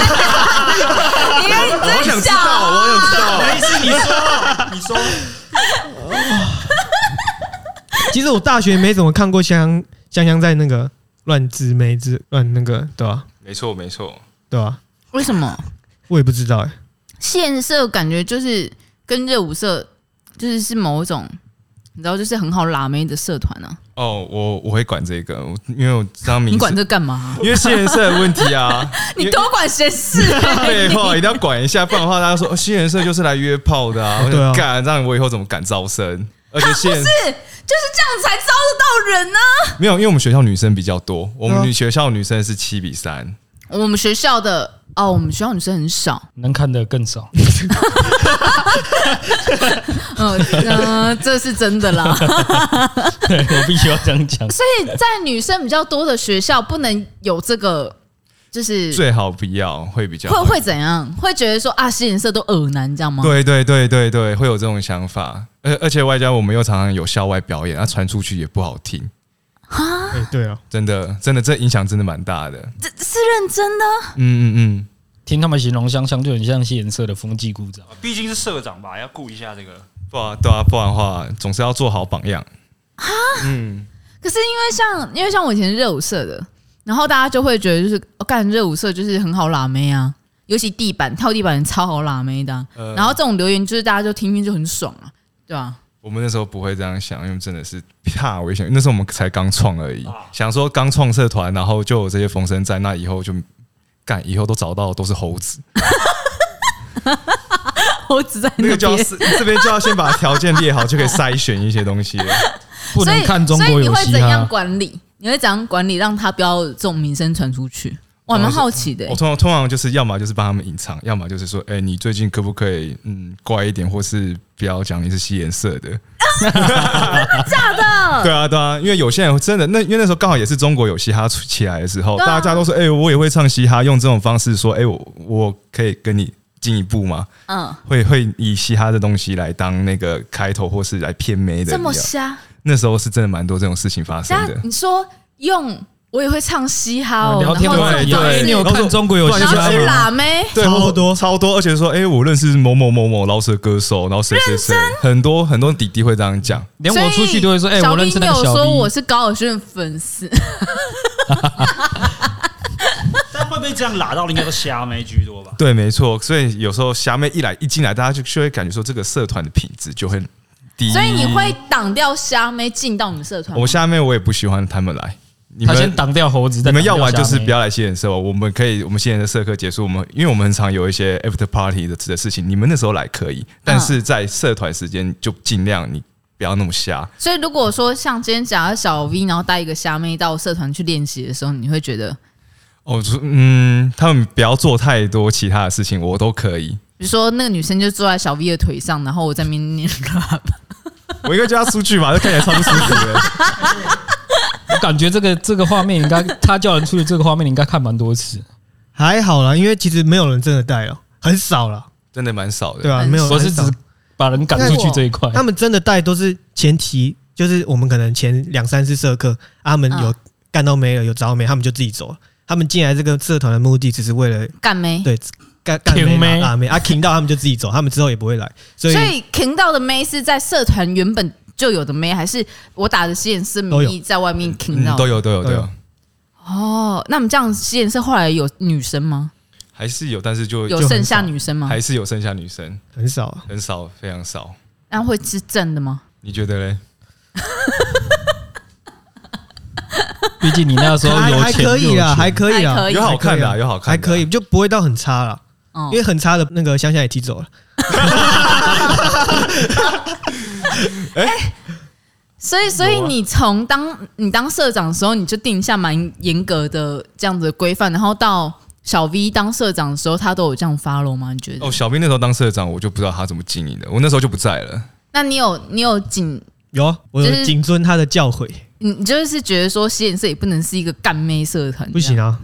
A: [LAUGHS] 因为你
D: 我想
A: 真
D: 知道，
A: 小，
D: 我想知道，
C: 没事，你说，你说，
B: 其实我大学没怎么看过香香香在那个乱自妹自乱那个，对吧、啊
D: 没错没错，
B: 对吧、啊
A: 为什么
B: 我也不知道哎、
A: 现色感觉就是跟热舞社就是是某一种，你知道，就是很好拉妹的社团啊？
D: 哦，我我会管这个，我因为我这张名
A: 你管
D: 字，
A: 这干嘛？啊
D: 因为新人社的问题啊，因
A: 你
D: 为
A: 多管闲事、
D: [LAUGHS]
A: 啊
D: 废话，一定要管一下，不然的话，大家说哦新人社就是来约炮的啊！我
B: 对啊
D: 想干，这样我以后怎么敢招生？而且现
A: 这样才招得到人呢、啊
D: 没有，因为我们学校女生比较多，我们
B: 对啊
D: 女学校女生是七比三，
A: 我们学校的哦，我们学校女生很
C: [LAUGHS]
A: 少，
C: 能看的更少。 [LAUGHS]
A: 嗯、呃，这是真的啦。所
C: 对我必须要这样讲。
A: 以在女生比较多的学校，不能有这个，就是
D: 最好不要会比较
A: 会会怎样？会觉得说啊，吸引色都耳男，这样吗？
D: 对对对对对，会有这种想法，而而且外加我们又常常有校外表演，那、传出去也不好听，
B: 欸。哎、对啊，
D: 真的真的这影响真的蛮大的。
A: 这是认真的。
D: 嗯嗯嗯，
C: 听他们形容香香，就很像西颜色的风纪股长。
E: 毕竟是社长吧，要顾一下这个。
D: 不然对啊，不然的话总是要做好榜样。嗯，
A: 可是因为像因为像我以前是热舞社的，然后大家就会觉得就是哦干热舞社就是很好拉妹啊，尤其地板跳地板也超好拉妹的啊、
D: 呃
A: 然后这种留言就是大家就听听就很爽啊，对吧、
D: 我们那时候不会这样想，因为真的是怕危险。那时候我们才刚创而已，想说刚创社团，然后就有这些风声在，那以后就干，以后都找到都是猴子。
A: 我只在
D: 那个就要
A: 边
D: 是这边就要先把条件列好，就可以筛选一些东西了。
C: 不
A: 所
C: 能
A: 以，
C: 看中
A: 所
C: 国
A: 以你
C: 有
A: 会
C: 嘻
A: 怎样
C: 哈，
A: 管理？你会怎样管理，让他不要这种名声传出去？我
C: 哦
A: 还蛮好奇的、
D: 我通常通常就是要么就是帮他们隐藏，要么就是说，哎、你最近可不可以嗯乖一点，或是不要讲你是吸颜色的。假的？ [LAUGHS] 对啊，对啊，因为有些人真的那，因为那时候刚好也是中国有嘻哈出起来的时候，
A: 对啊
D: 大家都说，哎、我也会唱嘻哈，用这种方式说，哎、我我可以跟你进一步嘛，
A: 嗯，
D: 会会以嘻哈的东西来当那个开头，或是来骗妹的
A: 这
D: 理
A: 么
D: 由。
A: 瞎？
D: 那时候是真的蛮多这种事情发生
A: 瞎
D: 的？。
A: 你说用我也会唱嘻哈哦，
C: 聊天
A: 然后
C: 会
A: 这种
C: 对，
A: 方
C: 你有
A: 式
C: 看中国有嘻
A: 然后
C: 哈
A: 去
C: 吗？
A: 喇妹，
D: 对，
B: 超多
D: 超多，而且说，哎、我认识某某某某饶舌歌手，然后谁谁谁，很多很多弟弟会这样讲，
C: 连我出去都会说，哎，
A: 小
C: 我
A: 兵
C: 认识那
A: 有
C: 个小
A: 说我
C: 兵。嗯
A: 是高尔宣的粉丝，
E: 但会被这样拉到的应该都瞎妹居多吧？
D: 对，没错，所以有时候虾妹一来一进来，大家就就会感觉说这个社团的品质就会低。
A: 所以你会挡掉虾妹进到你们社团吗。
D: 我虾妹我也不喜欢他们来，你
C: 他先
D: 们
C: 挡掉猴子，
D: 你
C: 再
D: 们要
C: 挡掉
D: 玩就是
C: 虾妹
D: 不要来新人社，我们可以我们新人的社课结束，我们因为我们很常有一些 after party 的的事情，你们那时候来可以，但是在社团时间就尽量你不要那么瞎。
A: 所以如果说像今天讲到小 V，然后带一个虾妹到社团去练习的时候，你会觉得，
D: 哦，就嗯，他们不要做太多其他的事情，我都可以。
A: 比如说那个女生就坐在小 V 的腿上，然后我在那边念 [LAUGHS] rap，
D: 我应该叫他出去吧，就看起来超不舒服的。
C: 我感觉这个这个画面应该，他叫人出去这个画面，你应该看蛮多次。
B: 还好啦，因为其实没有人真的带哦，很少啦，
D: [LAUGHS] 真的蛮少的。
B: 对吧、啊
A: 很少
B: 没有，
C: 我是指
B: 很少
C: 把人赶出去这一块，
B: 他们真的带都是前提，就是我们可能前两三次社课，啊他们
A: 嗯
B: 有干到没有，有找到没，他们就自己走了。他们进来这个社团的目的，只是为了
A: 干妹。
B: 对干干
C: 停
B: 没
C: 妹
B: 啊没啊，停到他们就自己走，他们之后也不会来。所以
A: 所以 King 到的妹是在社团原本就有的妹，还是我打着吸眼社名
B: 都
A: 义在外面 King
D: 嗯，
A: 到
D: 都
A: 的？
D: 有都有都
B: 都有
D: 有，
A: 哦，那我们这样吸眼社后来有女生吗？
D: 还是有，但是就
A: 有
D: 就
A: 剩下女生吗
D: 还？是有剩下女生，
B: 很少，
D: 很少，非常少。
A: 那会是正的吗？
D: 你觉得嘞？
C: 毕竟你那时候
B: 还
C: 有
B: 还
C: 钱
B: 可以啦，还
C: 有
B: 可以
A: 还可
B: 啦
A: 以，
D: 有好看的啊，
B: 还可以啊
D: 有好看，
B: 还可以，。就不会到很差啦。
A: 哦
B: 因，为很差的那个乡下也踢走了，
A: 所啊以所以你从当你当社长的时候，你就定下蛮严格的这样子的规范，然后到小 V 当社长的时候，他都有这样 follow 吗？你觉得？
D: 哦，小兵那时候当社长，我就不知道他怎么经营的，我那时候就不在了。
A: 那你有你有紧，
B: 有啊我
A: 就是
B: 有谨遵他的教诲，
A: 你你就是觉得说吸眼社也不能是一个干妹社团，
B: 不行啊。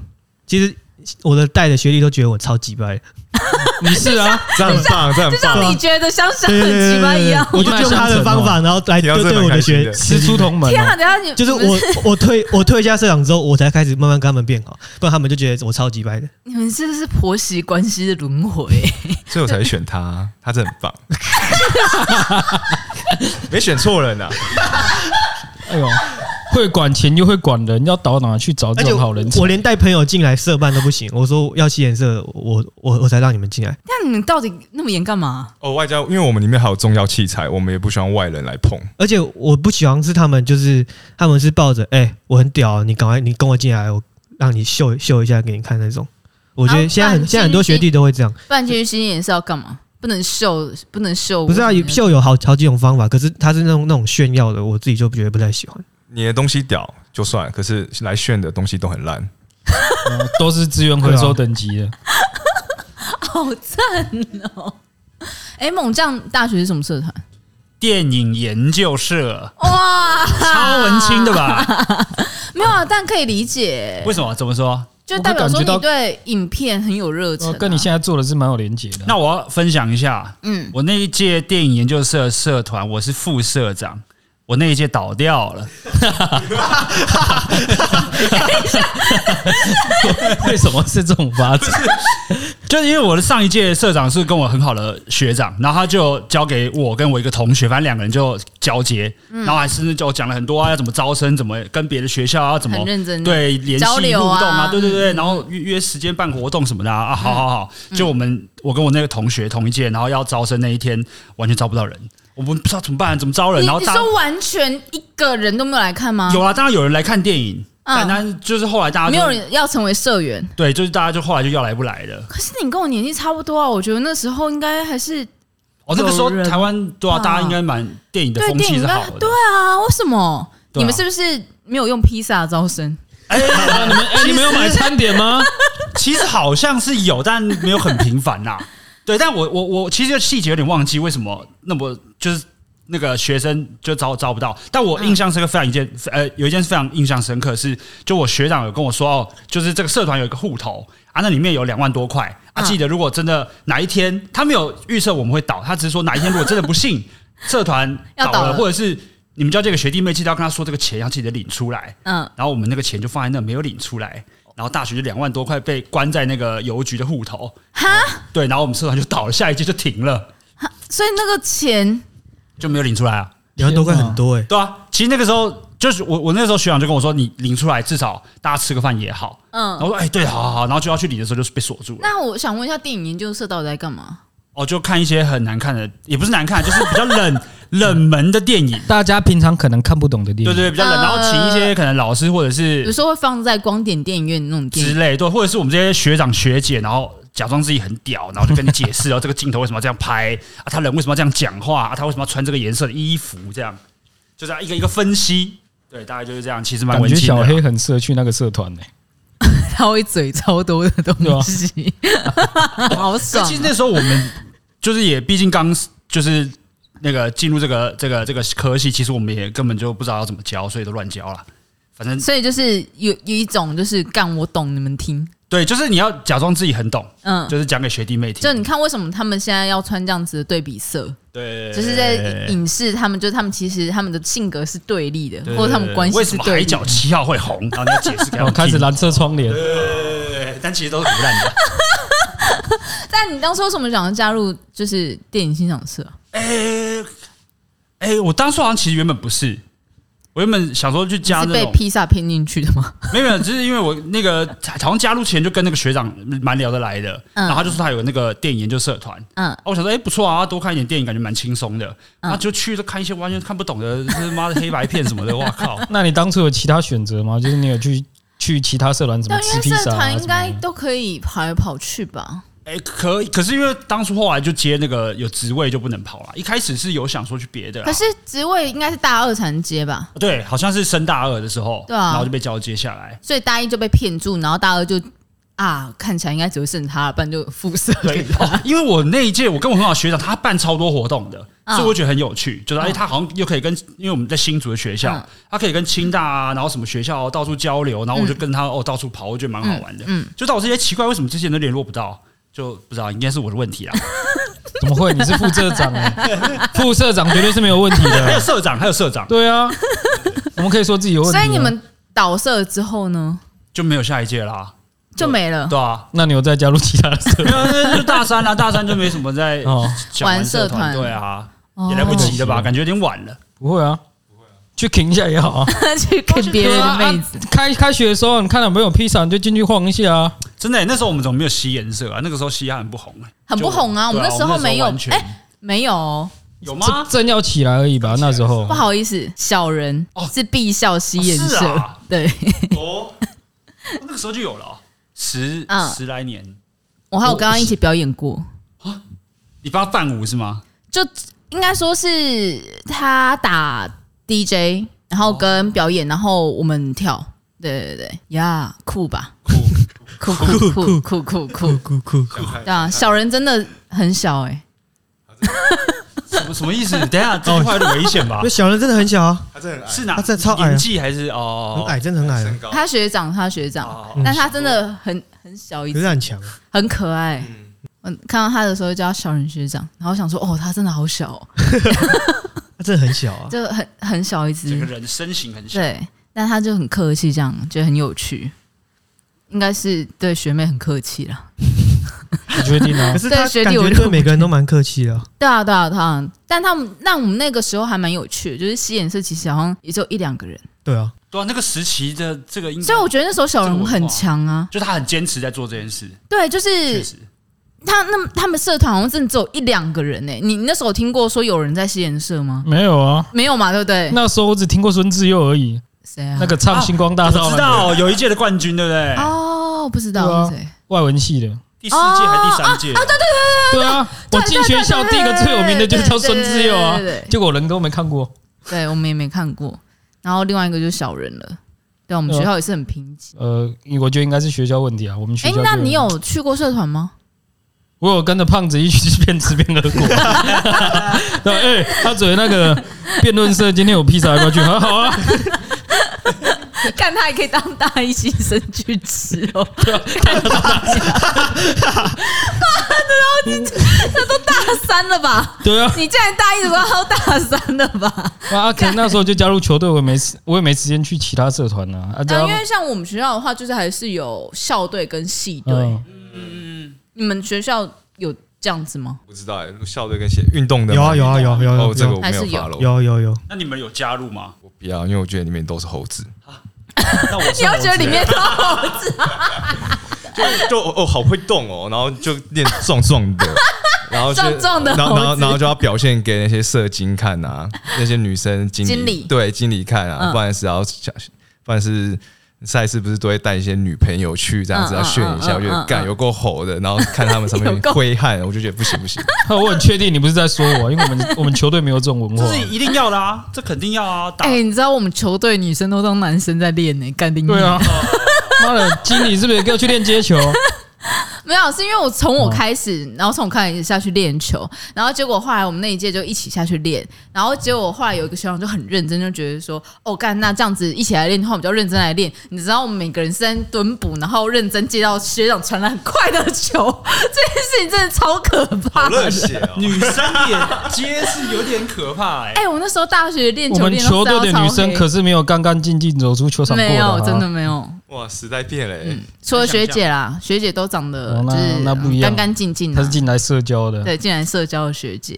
B: 其实我的带的学弟都觉得我超级掰，
C: 你是
A: [LAUGHS]
C: 啊，
D: 这样很棒，这样很
A: 这样，就像你
D: 棒。
A: 觉得像是很奇葩一样。
B: 我就用他的方法，然后来
D: 你要
B: 对
D: 真
B: 对
D: 的蛮
B: 我
D: 开
B: 的
D: 心
B: 学
D: 的，
C: 师出同门
A: 天啊，
C: 啊。
A: 等一下你
B: 就是
A: 你们
B: 我我退我退下社长之后，我才开始慢慢跟他们变好，不然他们就觉得我超级掰的。
A: 你们这是婆媳关系的轮回。
D: 所以我才选他，他真的很棒。 [LAUGHS] 没选错人啊呐，
C: 哎呦，会管钱又会管人，要到哪去找
B: 而
C: 这
B: 且
C: 种好
B: 我
C: 人才
B: 我？连带朋友进来社办都不行，我说要吸颜色，我我我才让你们进来。
A: 那你们到底那么严干嘛？
D: 哦，外加因为我们里面还有重要器材，我们也不希望外人来碰。
B: 而且我不喜欢是他们，就是他们是抱着哎、我很屌，你赶快你跟我进来，我让你秀秀一下给你看那种。我觉
A: 啊
B: 得现在
A: 那
B: 很
A: 你
B: 现在很多学弟都会这样，
A: 不然进去新演是要干嘛？不能秀，不能秀。
B: 不是啊，
A: 为什么
B: 秀有好好几种方法，可是他是那种那种炫耀的，我自己就觉得不太喜欢。
D: 你的东西屌就算，可是来炫的东西都很烂。
C: 嗯都是资源回收等级的。
A: 好赞哦！哎，猛将大学是什么社团？
E: 电影研究社
A: 哇，
E: 超文青的
A: [LAUGHS]
E: 吧？
A: 没有啊，但可以理解，
E: 为什么？怎么说？
A: 就代表
C: 我
A: 说
C: 会感觉到
A: 你对影片很有热忱
C: 哦
A: 啊。
C: 跟你现在做的是蛮有连结的。
E: 那我要分享一下，
A: 嗯，
E: 我那一届电影研究社社团，我是副社长。我那一届倒掉了，
C: [LAUGHS] 为什么是这种发展？
E: 就是因为我的上一届社长是跟我很好的学长，然后他就交给我跟我一个同学，反正两个人就交接，
A: 嗯
E: 然后还甚至就讲了很多啊，要怎么招生，怎么跟别的学校啊，怎么
A: 很认真
E: 对联系
A: 交
E: 互
A: 流
E: 动
A: 啊嗯
E: 啊，对对对，然后约约时间办活动什么的啊，啊好好好，就我们我跟我那个同学同一届，然后要招生那一天完全招不到人，我们不知道怎么办，怎么招人，
A: 你
E: 然后
A: 你
E: 大家
A: 说完全一个人都没有来看吗？
E: 有啊，当然有人来看电影，
A: 嗯
E: 但但就是后来大家就
A: 没有人要成为社员？
E: 对，就是大家就后来就要来不来了。
A: 可是你跟我年纪差不多啊，我觉得那时候应该还是
E: 哦，那个时候
A: 有人
E: 台湾对啊，
A: 吧
E: 大家应该蛮电影的
A: 对
E: 风
A: 电
E: 气
A: 影
E: 是
A: 该
E: 好的，
A: 对啊，为什么？
E: 对啊
A: 你们是不是没有用披萨招生？
C: [LAUGHS] 啊你们哎，你们有买餐点吗？
E: [LAUGHS] 其实好像是有，但没啊有很频繁呐。对，但我我我其实这个细节有点忘记为什么那么就是那个学生就找找不到。但我印象深刻非常一件，呃，有一件事非常印象深刻是，就我学长有跟我说哦，就是这个社团有一个户头啊，那里面有两万多块啊。
A: 嗯
E: 记得如果真的哪一天，他没有预测我们会倒，他只是说哪一天如果真的不幸社团
A: 要
E: 倒
A: 倒
E: 了，
A: 了
E: 或者是你们叫这个学弟妹，记得要跟他说这个钱要记得领出来。
A: 嗯，
E: 然后我们那个钱就放在那没有领出来，然后大学就两万多块被关在那个邮局的户头，
A: 哈，
E: 对，然后我们社团就倒了，下一届就停了，
A: 所以那个钱
E: 就没有领出来啊，
B: 两万多块很多哎、
E: 对啊，其实那个时候就是我我那时候学长就跟我说，你领出来至少大家吃个饭也好，然后
A: 嗯，
E: 我说哎、对，好好好，然后就要去领的时候就是被锁住了，
A: 那我想问一下，电影研究社到底在干嘛？
E: 哦，就看一些很难看的，也不是难看，就是比较冷 [LAUGHS] 冷门的电影。
C: 大家平常可能看不懂的电
E: 对
C: 影，
E: 对，比较冷，然后请一些可能老师或者
A: 有
E: 是
A: 时候会放在光点电影院那种电
E: 之
A: 影，
E: 类，对，或者是我们这些学长学姐，然后假装自己很屌，然后就跟你解释，然后这个镜头为什么要这样拍啊，他人为什么要这样讲话啊，他为什么要穿这个颜色的衣服，这样就这样一个一个分析，对，大概就是这样，其实蛮
C: 感
E: 文
C: 觉
E: 青
C: 小
E: 的啦。
C: 黑很适合去那个社团呢、
A: 他会嘴超多的东西，
E: 啊
A: [LAUGHS] 好
E: 可
A: 爽
E: 其。实那时候我们就是也毕竟刚就是那个进入这个这个这个科系，其实我们也根本就不知道要怎么教，所以都乱教了。反正
A: 所以就是有有一种就是干我懂你们听，
E: 对，就是你要假装自己很懂，
A: 嗯，
E: 就是讲给学弟妹听。
A: 就你看为什么他们现在要穿这样子的对比色，
E: 对，
A: 就是在影视他们，就是他们其实他们的性格是对立的，
E: 对
A: 或者他们关系
E: 为
A: 是
E: 什么
A: 对哦
E: 海
A: 立的
E: 角。七号会红？然后你要解释给他
C: 然后
E: 们
C: 开始
E: 听
C: 蓝色窗帘，
E: 对，但其实都是腐烂的。
A: 但你当初为什么想要加入就是电影欣赏社啊？
E: 哎 [LAUGHS] 哎，我当初好像其实原本不是，我原本想说去加
A: 你是
E: 那
A: 被
E: 种，
A: 披萨骗进去的吗？
E: 没有没有，就是因为我那个好像加入前就跟那个学长蛮聊得来的，
A: 嗯
E: 然后他就说他有那个电影研究社团。
A: 嗯，
E: 啊，我想说，哎、不错啊，多看一点电影，感觉蛮轻松的。然后就去就看一些完全看不懂的，就是妈的黑白片什么的，哇靠！
C: 那你当初有其他选择吗？就是你有去去其他社团怎
A: 对
C: 么，
A: 因
C: 吃
A: 为
C: 披
A: 社
C: 萨、啊
A: 团
C: 什
A: 应
C: 么
A: 该
C: 的？
A: 都可以跑来跑去吧？
E: 哎、可以，可是因为当初后来就接那个有职位就不能跑了，一开始是有想说去别的啦，
A: 可是职位应该是大二才能接吧？
E: 对，好像是升大二的时候，
A: 对啊
E: 然后就被交接下来。
A: 所以大一就被骗住，然后大二就啊，看起来应该只会剩他了，不然就副社
E: 对
A: 给，他。
E: 哦，因为我那一届我跟我很好的学长，他办超多活动的，
A: 嗯
E: 所以我觉得很有趣。就是哎，
A: 嗯
E: 他好像又可以跟，因为我们在新竹的学校
A: 嗯，
E: 他可以跟清大啊，然后什么学校到处交流，然后我就跟他哦到处跑，我觉得蛮好玩的。
A: 嗯，
E: 就到我这些奇怪，为什么这些人都联络不到？就不知道，应该是我的
A: [LAUGHS]
E: 问题啦。啊
C: 怎么会？你是副社长、欸，副社长绝对是没有问题
E: 还有
C: 的。
E: 社长，还有社长，
C: 对啊，我们可以说自己有问题、
A: 所
C: 啊。
A: 以你们倒社之后呢，
E: 就没有下一届啦。
A: 就没了。
E: 对啊，
C: 那你有再加入其他的社
E: 没有，那就大三啦，大三就没什么在
C: 哦，
E: 讲
A: 玩社
E: 团，
A: 团
E: 对啊，
A: 哦
E: 也来
A: [LAUGHS]
E: 不及
C: 可
E: 了吧？
C: 惜
E: 感觉有点晚了。
C: 不会啊，去停一下也好啊。
A: 去跟别人的妹子。
C: 对啊啊开开学的时候，你看到没有披萨，你就进去晃一下啊。
E: 真的欸，那时候我们怎么没有吸颜色啊？那个时候吸烟很不红欸，
A: 很不红啊
E: 就
A: 我们那时候
E: 对啊
A: 没有哎
E: 我们那时候完全嗯
A: 没有哦，
E: 有吗
C: 正？正要起来而已吧，那时候
A: 不。好意思，小人
E: 哦
A: 是必笑吸眼
E: 是
A: 色
E: 啊，
A: 对
E: 哦，那个时候就有了哦，十
A: 嗯
E: 十来年，
A: 我还有跟他一起表演过，
E: 你帮他伴舞是吗？
A: 就应该说是他打 DJ，然后跟表演，然后我们跳，对对对，呀，酷吧，酷酷酷酷酷酷酷，对啊，小人真的很小哎，
E: 什么什么
A: [LAUGHS]
E: 意思？等一下，这句话有点
A: 哦
E: 危险吧
B: 那？小人真的很小啊，
D: 他真的很
E: 是哪？
B: 他真的超矮啊
E: 演技还是
B: 很
E: 哦？
B: 矮，真的很矮啊，
D: 身高，
A: 他学长他学长，
E: 哦，
A: 但他真的很很小一
B: 可
A: 只
B: 是，他很强啊。
A: 很可爱。嗯，看到他的时候叫他小人学长，然后想说哦，他真的好小、哦，
B: 他真的很小啊。
A: 就很很小一
E: 整个
A: 只，
E: 人身形很小。
A: 对，但他就很客气，这样觉得很有趣，应该是对学妹很客气啦。
C: 你确定啊
A: [LAUGHS]
B: 可？是他
A: 对学弟
B: 感
A: 我
B: 觉
A: 就
B: 对每个人都蛮客气的啊，
A: 对啊，对啊，对啊，但他们那我们那个时候还蛮有趣的，就是吸眼色其实好像也就一两个人，
C: 嗯
B: 对啊，
E: 对啊，那个时期的这个应该
A: 所以，我觉得那时候小人很强
C: 嗯
A: 啊，
E: 就他很坚持在做这件事，
A: 对，就
E: 确
A: 是
E: 实。
A: 他那他们社团好像真的只有一两个人呢、欸你你那时候有听过说有人在吸眼色吗？
C: 没有啊，
A: 没有嘛，对不对？
C: 那时候我只听过孙志佑而已，
A: 谁啊？
C: 那个唱星光大
E: 我
C: 道
E: 知
C: 那个
E: 道有一届的冠军，对不对？
A: 哦，不知道、
C: 对啊
A: 是谁。
C: 外文系
A: [LAUGHS]
C: 的。
E: 第四届还是第三届？
A: 哦
C: 对啊，我进学校第一个最有名的就是叫孙志佑啊
A: 对对对对对，对
C: 结果人都没看过。
A: 对，我们也没看过。然后另外一个就是小人了，对，我们学校也是很贫瘠。
C: 呃，我觉得应该是学校问题啊，我们学
A: 哎、
C: 校就有。
A: 那你有去过社团吗？
C: 我我有跟着胖子一起边吃边
A: [LAUGHS]
C: 喝过。对，哎、他嘴那个辩论社今天有披萨要不要去？好好啊，
A: 看他也可以当大一新生去吃哦。
C: 啊
A: [LAUGHS] [LAUGHS] 这都大三了吧？
C: 对啊，
A: 你竟然大一怎么到大三了吧？
C: 啊，可能那时候就加入球队，我也没时我也没时间去其他社团啊。啊，
A: 啊，因
C: 加入
A: 为像我们学校的话，就是还是有校队跟系队。
C: 嗯
A: 你们学校有这样子吗？
D: 不知道哎、校队跟鞋运动的
B: 有
D: 吗
B: 啊有啊有啊有啊有啊
D: 哦，这个我
A: 还
D: 没
A: 是
D: 有
A: 有
D: 发了，
B: 有有有，
E: 那你们有加入吗？
D: 我不要，因为我觉得里面都是猴子，
E: 那我
A: [LAUGHS] 你要觉得里面都好
D: 就就哦好会动哦，然后就练壮壮
A: [LAUGHS]
D: 的，然后就
A: 壮壮的
D: 然后然
A: 猴
D: 后
A: 子
D: 然后就要表现给那些社经看
A: [LAUGHS]
D: 啊，那些女生经
A: 经理
D: 对经理看啊，
A: 嗯
D: 不然是要不然是。赛事不是都会带一些女朋友去这样
A: 嗯
D: 子要炫一下，
A: 嗯嗯
D: 我觉得
A: 嗯
D: 干有够吼的，然后看他们
A: [LAUGHS]
D: 上
A: 有
D: 面
A: 够
D: 挥汗，我就觉得不行不行，
C: 那啊我很确定你不是在说我，因为我
A: [LAUGHS]
C: 们我们球队没有这种文
E: 这
C: 化。
E: 是一定要的啊，这肯定要啊，打
A: 哎、你知道我们球队女生都当男生在练呢、干定
C: 对啊，
A: 哦
C: [LAUGHS] 妈的，经理是不是也给我去练接球？
A: 没有，是因为我从我开始，然后从我开始下去练球，然后结果后来我们那一届就一起下去练，然后结果后来有一个学长就很认真，就觉得说，哦干，那这样子一起来练的话，我们就要认真来练。你知道我们每个人是在蹲捕，然后认真接到学长传来很快的球， [LAUGHS] 这件事情真的超可怕的。
D: 血哦！
E: 女生也接是有点可怕哎、
A: 哎、我哎那时候大学练
C: 我
A: 球
C: 们
A: 练到
C: 球队的女生可
A: 是
C: 是没有干干净净走出球场过
A: 没
C: 啊
A: 有，真的。没有。
D: 哇，时代变了、欸，
A: 除了学姐啦，学姐都长得
C: 哦
A: 就
C: 那
A: 是
C: 那不一样
A: 干干净净的啊
C: 她是，进来社交的，
A: 对，竟然社交的学姐，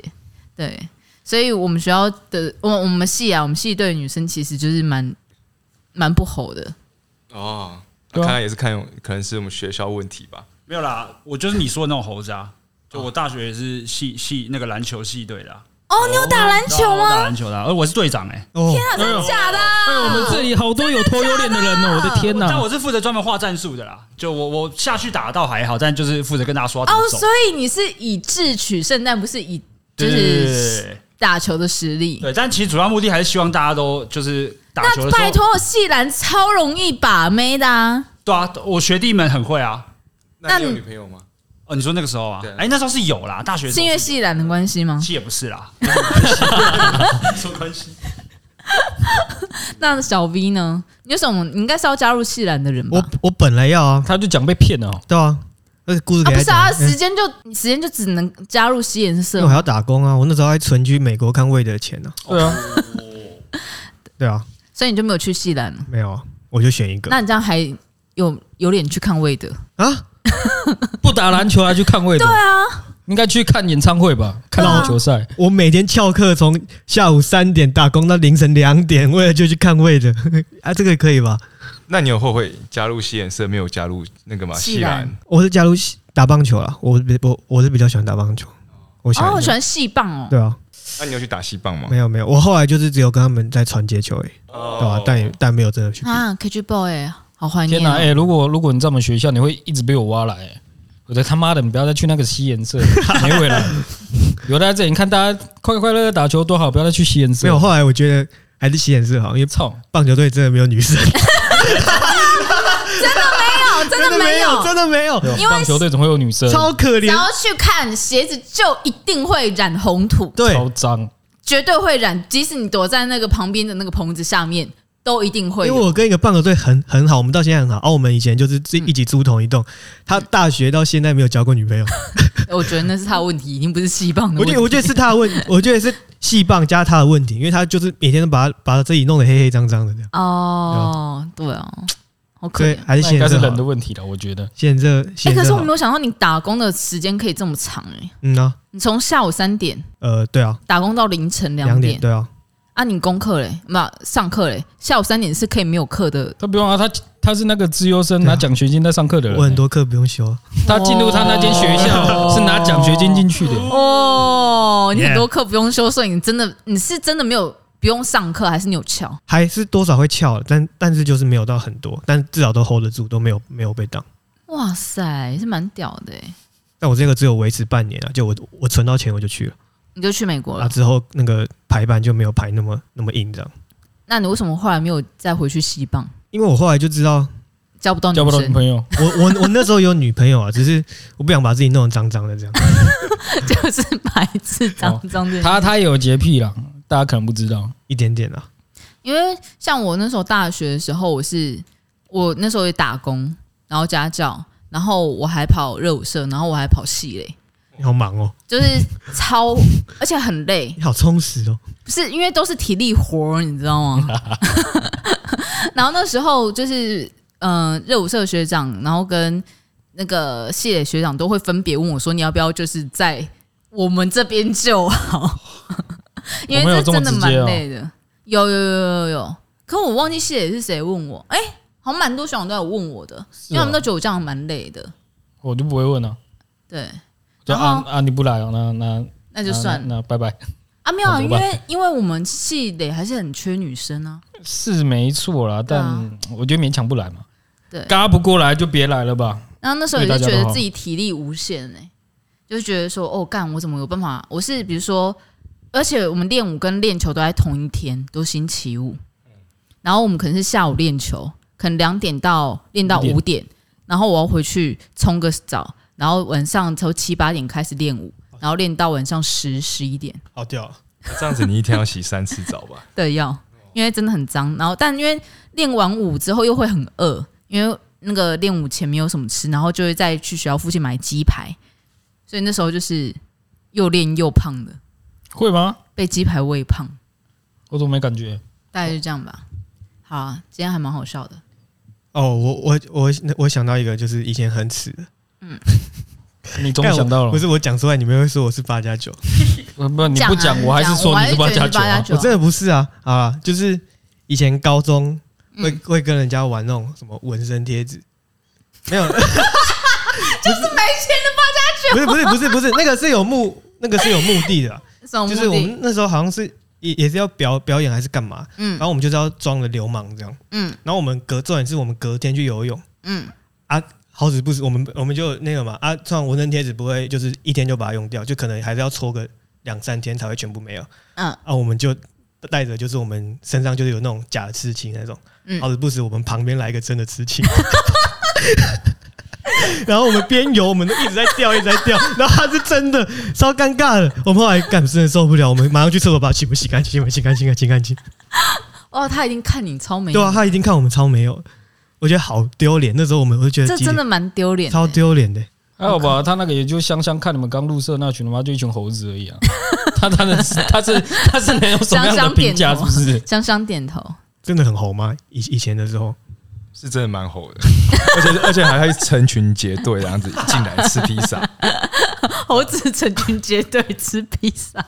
A: 对，所以我们学校的我我们系啊，我们系对女生其实就是蛮蛮不吼的，
D: 哦，
C: 对
D: 看
C: 啊
D: 来也是看，可能是我们学校问题吧。
E: 没有啦，我就是你说的那种猴子啊。就我大学也是系系那个篮球系队的、啊，
A: 哦，你有打篮球
E: 我打
A: 吗？
E: 篮球的啊、而我是队长哎、
B: 哦，
A: 真的假的？
C: 哎，我
A: 啊
C: 们这里好多有头有脸的人哦！我的天
E: 啊但
C: 哪
E: 我！是负责专门画战术的啦。就我我下去打倒还好，但就是负责跟大家说要怎
A: 哦，
E: 么走
A: 所。以你是以智取胜，但不是以就
E: 对对对对
A: 是
E: 对
A: 打球的实力。
E: 对，但其实主要目的还是希望大家都就是打球
A: 那
E: 的时
A: 拜
E: 候，
A: 托，系篮超容易把妹的啊！
E: 对啊，我学弟们很会啊。
A: 那你
D: 朋友吗？
E: 哦，你说那个时候啊
D: 对啊？
E: 哎，那时候是有啦，大学的时
A: 是
E: 候
A: 因为系篮的关系吗？
E: 系也不是啦，什么关系？
A: 那小 V 呢？你有什么？你应该是要加入系篮的人吧？
B: 我我本来要啊，
C: 他就讲被骗了哦，
B: 对啊，那个故事
A: 啊，
B: 给
A: 不
B: 他
A: 是
B: 讲，
A: 啊，
B: 嗯
A: 时间就你时间就只能加入西颜
B: 因为
A: 社
B: 我还。要打工啊，我那时候还存去美国看魏的钱呢、
C: 对啊，
B: 对啊，
A: 所以你就没有去西兰了。
B: 没有啊，我就选一个
A: 那你这样还有有脸去看魏德？
B: 啊，
C: [LAUGHS] 不打篮球还去看位的，对啊，应该去看演唱会吧，看
A: 对啊
C: 篮球赛。
B: 我每天翘课从下午三点打工到凌晨两点，为了就去看魏的 [LAUGHS] 啊，这个可以吧？
D: 那你有后悔加入西颜社没有加入那个吗？
A: 西
D: 西
A: 兰
D: 兰
B: 我是加入西打棒球了，我比我我是比较喜欢打棒球，我喜欢
A: 哦，我喜欢戏棒哦。
B: 对啊，
D: [LAUGHS] 那你有去打西棒吗
B: 没？有没有，我后来就是只有跟他们在传接球而已，对吧、
D: 哦
B: 啊？但也但没有真的去比，
A: 啊，KG Boy，欸好怀
C: 天
A: 念
C: 哪！
A: 哦。
C: 哎，如果如果你在我们学校，你会一直被我挖来。哎我的他妈的，你不要再去那个西颜社，没未来。有啊在这里，你看大家快快乐乐打球多好，不要再去西颜
B: 没有。
C: 社。
B: 后来我觉得还是西演社好，因为
C: 操！
B: 棒球队真的没有女生，
A: 没有， [LAUGHS] 真的没有。 [LAUGHS]
B: 真的没有，
C: 对啊
A: 因为
C: 棒球队怎么会有女生？
B: 超可
A: 只
B: 怜。
A: 要去看鞋子，就一定会染红土，
B: 对，
C: 超脏。
A: 绝对会染。即使你躲在那个旁边的那个棚子下面，都一定会
B: 因
A: 有。
B: 为我跟一个棒球队很很好，我们到现在很好。哦，我们以前就是自己一起租同一栋，
C: 嗯
B: 他大学到现在没有交过女
C: [LAUGHS]
B: 朋友。
A: 我觉得那是他的问题，已经不是戏棒的
B: 我
A: 问
B: 觉
A: 题。
B: 得我觉得是他的
C: [LAUGHS]
B: 问，我觉得是戏棒加他的问题，因为他就是每天都把他把自己弄得黑黑脏脏的这样。
A: 哦，对哦，好可
B: 所以
A: 怜。
B: 还是
C: 那应
B: 现
C: 该是
B: 在
C: 人的问题了，我觉得。
B: 现在
A: 哎、
B: 现
A: 可
B: 在
A: 是我没有想到你打工的时间可以这么长哎、
B: 嗯啊，
A: 你从下午三点
B: 呃，对啊，
A: 打工到凌晨两
B: 两
A: 点
B: 点对啊，
A: 啊，你功课嘞，那上课嘞，下午三点是可以没有课的。
C: 他不用啊，他他是那个自优生
B: 对啊
C: 拿奖学金在上课的人。
B: 我很多课不用修啊，
C: 他进入他那间学校是拿奖学金进去的，
A: 哦，你
E: Yeah
A: 很多课不用修，所以你真的你是真的没有不用上课，还是你有翘？
B: 还是多少会翘，但但是就是没有到很多，但至少都 hold 得住，都没有没有被挡。
A: 哇塞，是蛮屌的哎！
B: 但我这个只有维持半年啊，就我我存到钱我就去了，
A: 你就去美国
B: 啊
A: 了，
B: 之后那个排版就没有排那么那么硬这样。
A: 那你为什么后来没有再回去西棒？
B: 因为我后来就知道，
A: 交不到女
C: 交不到女
A: 生，
C: 朋友，
B: 我我我那时候有女朋友啊，只是我不想把自己弄得脏脏的这样。
A: [LAUGHS] 就是白字脏脏的。
C: 哦他他也有洁癖啦，大家可能不知道。
B: 一点点啊。
A: 因为像我那时候大学的时候，我是我那时候也打工，然后家教，然后我还跑热舞社，然后我还跑戏嘞，
B: 你好忙哦，
A: 就是超 [LAUGHS] 而且很累，
B: 你好充实哦。
A: 不是因为都是体力活儿，你知道
C: [LAUGHS]
A: 吗？然后那时候就是，嗯，热舞社学长，然后跟那个系垒学长都会分别问我说，你要不要就是在我们这边就
C: [LAUGHS]
A: 好，因为
C: 我没有这么
A: 真的
C: 直接
A: 蛮
C: 哦
A: 累的。有有有有有，可我忘记系垒是谁问我，哎、好像蛮多学长都有问我的，
C: 哦
A: 因为他们都觉得我这样蛮累的。
C: 我就不会问了、
A: 对，
C: 就
A: 然后
C: 啊啊你不来哦，那那
A: 那就算了
C: 那那那拜拜。
A: 啊，没有啊，
C: 那怎
A: 因
C: 么办
A: 为因为我们系垒还是很缺女生啊。
C: 是没错啦，
A: 对
C: 但
A: 啊
C: 我觉得勉强不来嘛。
A: 对
C: 嘎不过来就别来了吧。
A: 然后那时候也是觉得自己体力无限哎、就是觉得说哦，干我怎么有办法？我是比如说，而且我们练舞跟练球都在同一天，都星期五。然后我们可能是下午练球，可能两点到练到五
C: 五
A: 点，然后我要回去冲个澡，然后晚上从七八点开始练舞，然后练到晚上十十一点。
B: 好屌，啊
D: 这样子你一天要洗三次澡吧？ [LAUGHS]
A: 对，要，因为真的很脏。然后，但因为练完舞之后又会很饿，因为那个练舞前没有什么吃，然后就会再去学校附近买鸡排，所以那时候就是又练又胖的，
C: 会吗？
A: 被鸡排喂胖，
C: 我怎么没感觉？
A: 大概就这样吧。好啊、今天还蛮好笑的。
B: 哦！我我我我想到一个，就是以前很耻的，
C: 你终于
B: 干我
C: 想到了，
B: 不是我讲出来，你们会说我是八加九，
C: 不不，你
A: 讲
C: 不
A: 啊
C: 讲，我还是
A: 讲
C: 说
A: 我
C: 你是
A: 觉得
C: 八
A: 你
C: 加
A: 是
C: 九啊。
A: 九
B: 我
A: 啊，
B: 真的不是啊啊！就是以前高中会、
A: 嗯
B: 会跟人家玩那种什么纹身贴纸，没有，就是没钱的八加九，不是不是不是不是，那个是有目那个是有目的的啊、
A: 什么
B: 就是
A: 目
B: 我
A: 的？
B: 们那时候好像是也也是要表表演还是干嘛，然
A: 嗯
B: 后我们就是要装的流氓这样，
A: 嗯
B: 然后我们隔重点是我们隔天去游泳。
A: 嗯，
B: 好死不死，我们我们就那个嘛啊，这种纹身贴纸不会就是一天就把它用掉，就可能还是要搓个两三天才会全部没有。
A: 嗯
B: 啊，我们就带着就是我们身上就是有那种假的刺青那种，
A: 嗯
B: 好死不死我们旁边来一个真的刺青。 [LAUGHS] 然后我们边游，我们都一直在掉，一直在掉。 [LAUGHS] 然后他是真的，超尴尬的。我们后来干真的受不了，我们马上去厕所把它全部洗干净，全部洗干净，洗干净。
A: 哦，他已经看你超美，
B: 对啊，他一定看我们超没有，我觉得好丢脸。那时候我们会觉得
A: 这
B: 鸡
A: 真的蛮丢脸的，
B: 超丢脸的。
C: 还好吧，他那个也就香香看你们刚入社那群他妈就一群猴子而已啊。 [LAUGHS] 他他的他是他是能有什么样的评
A: 香香点
C: 价？是
A: 头
C: 不是？
A: 香香点头，
B: 真的很红吗？以以前的时候，
D: 是真的蛮吼的，而且而且还会成群结队这样子进来吃披萨。
A: 猴子成群结队吃披萨。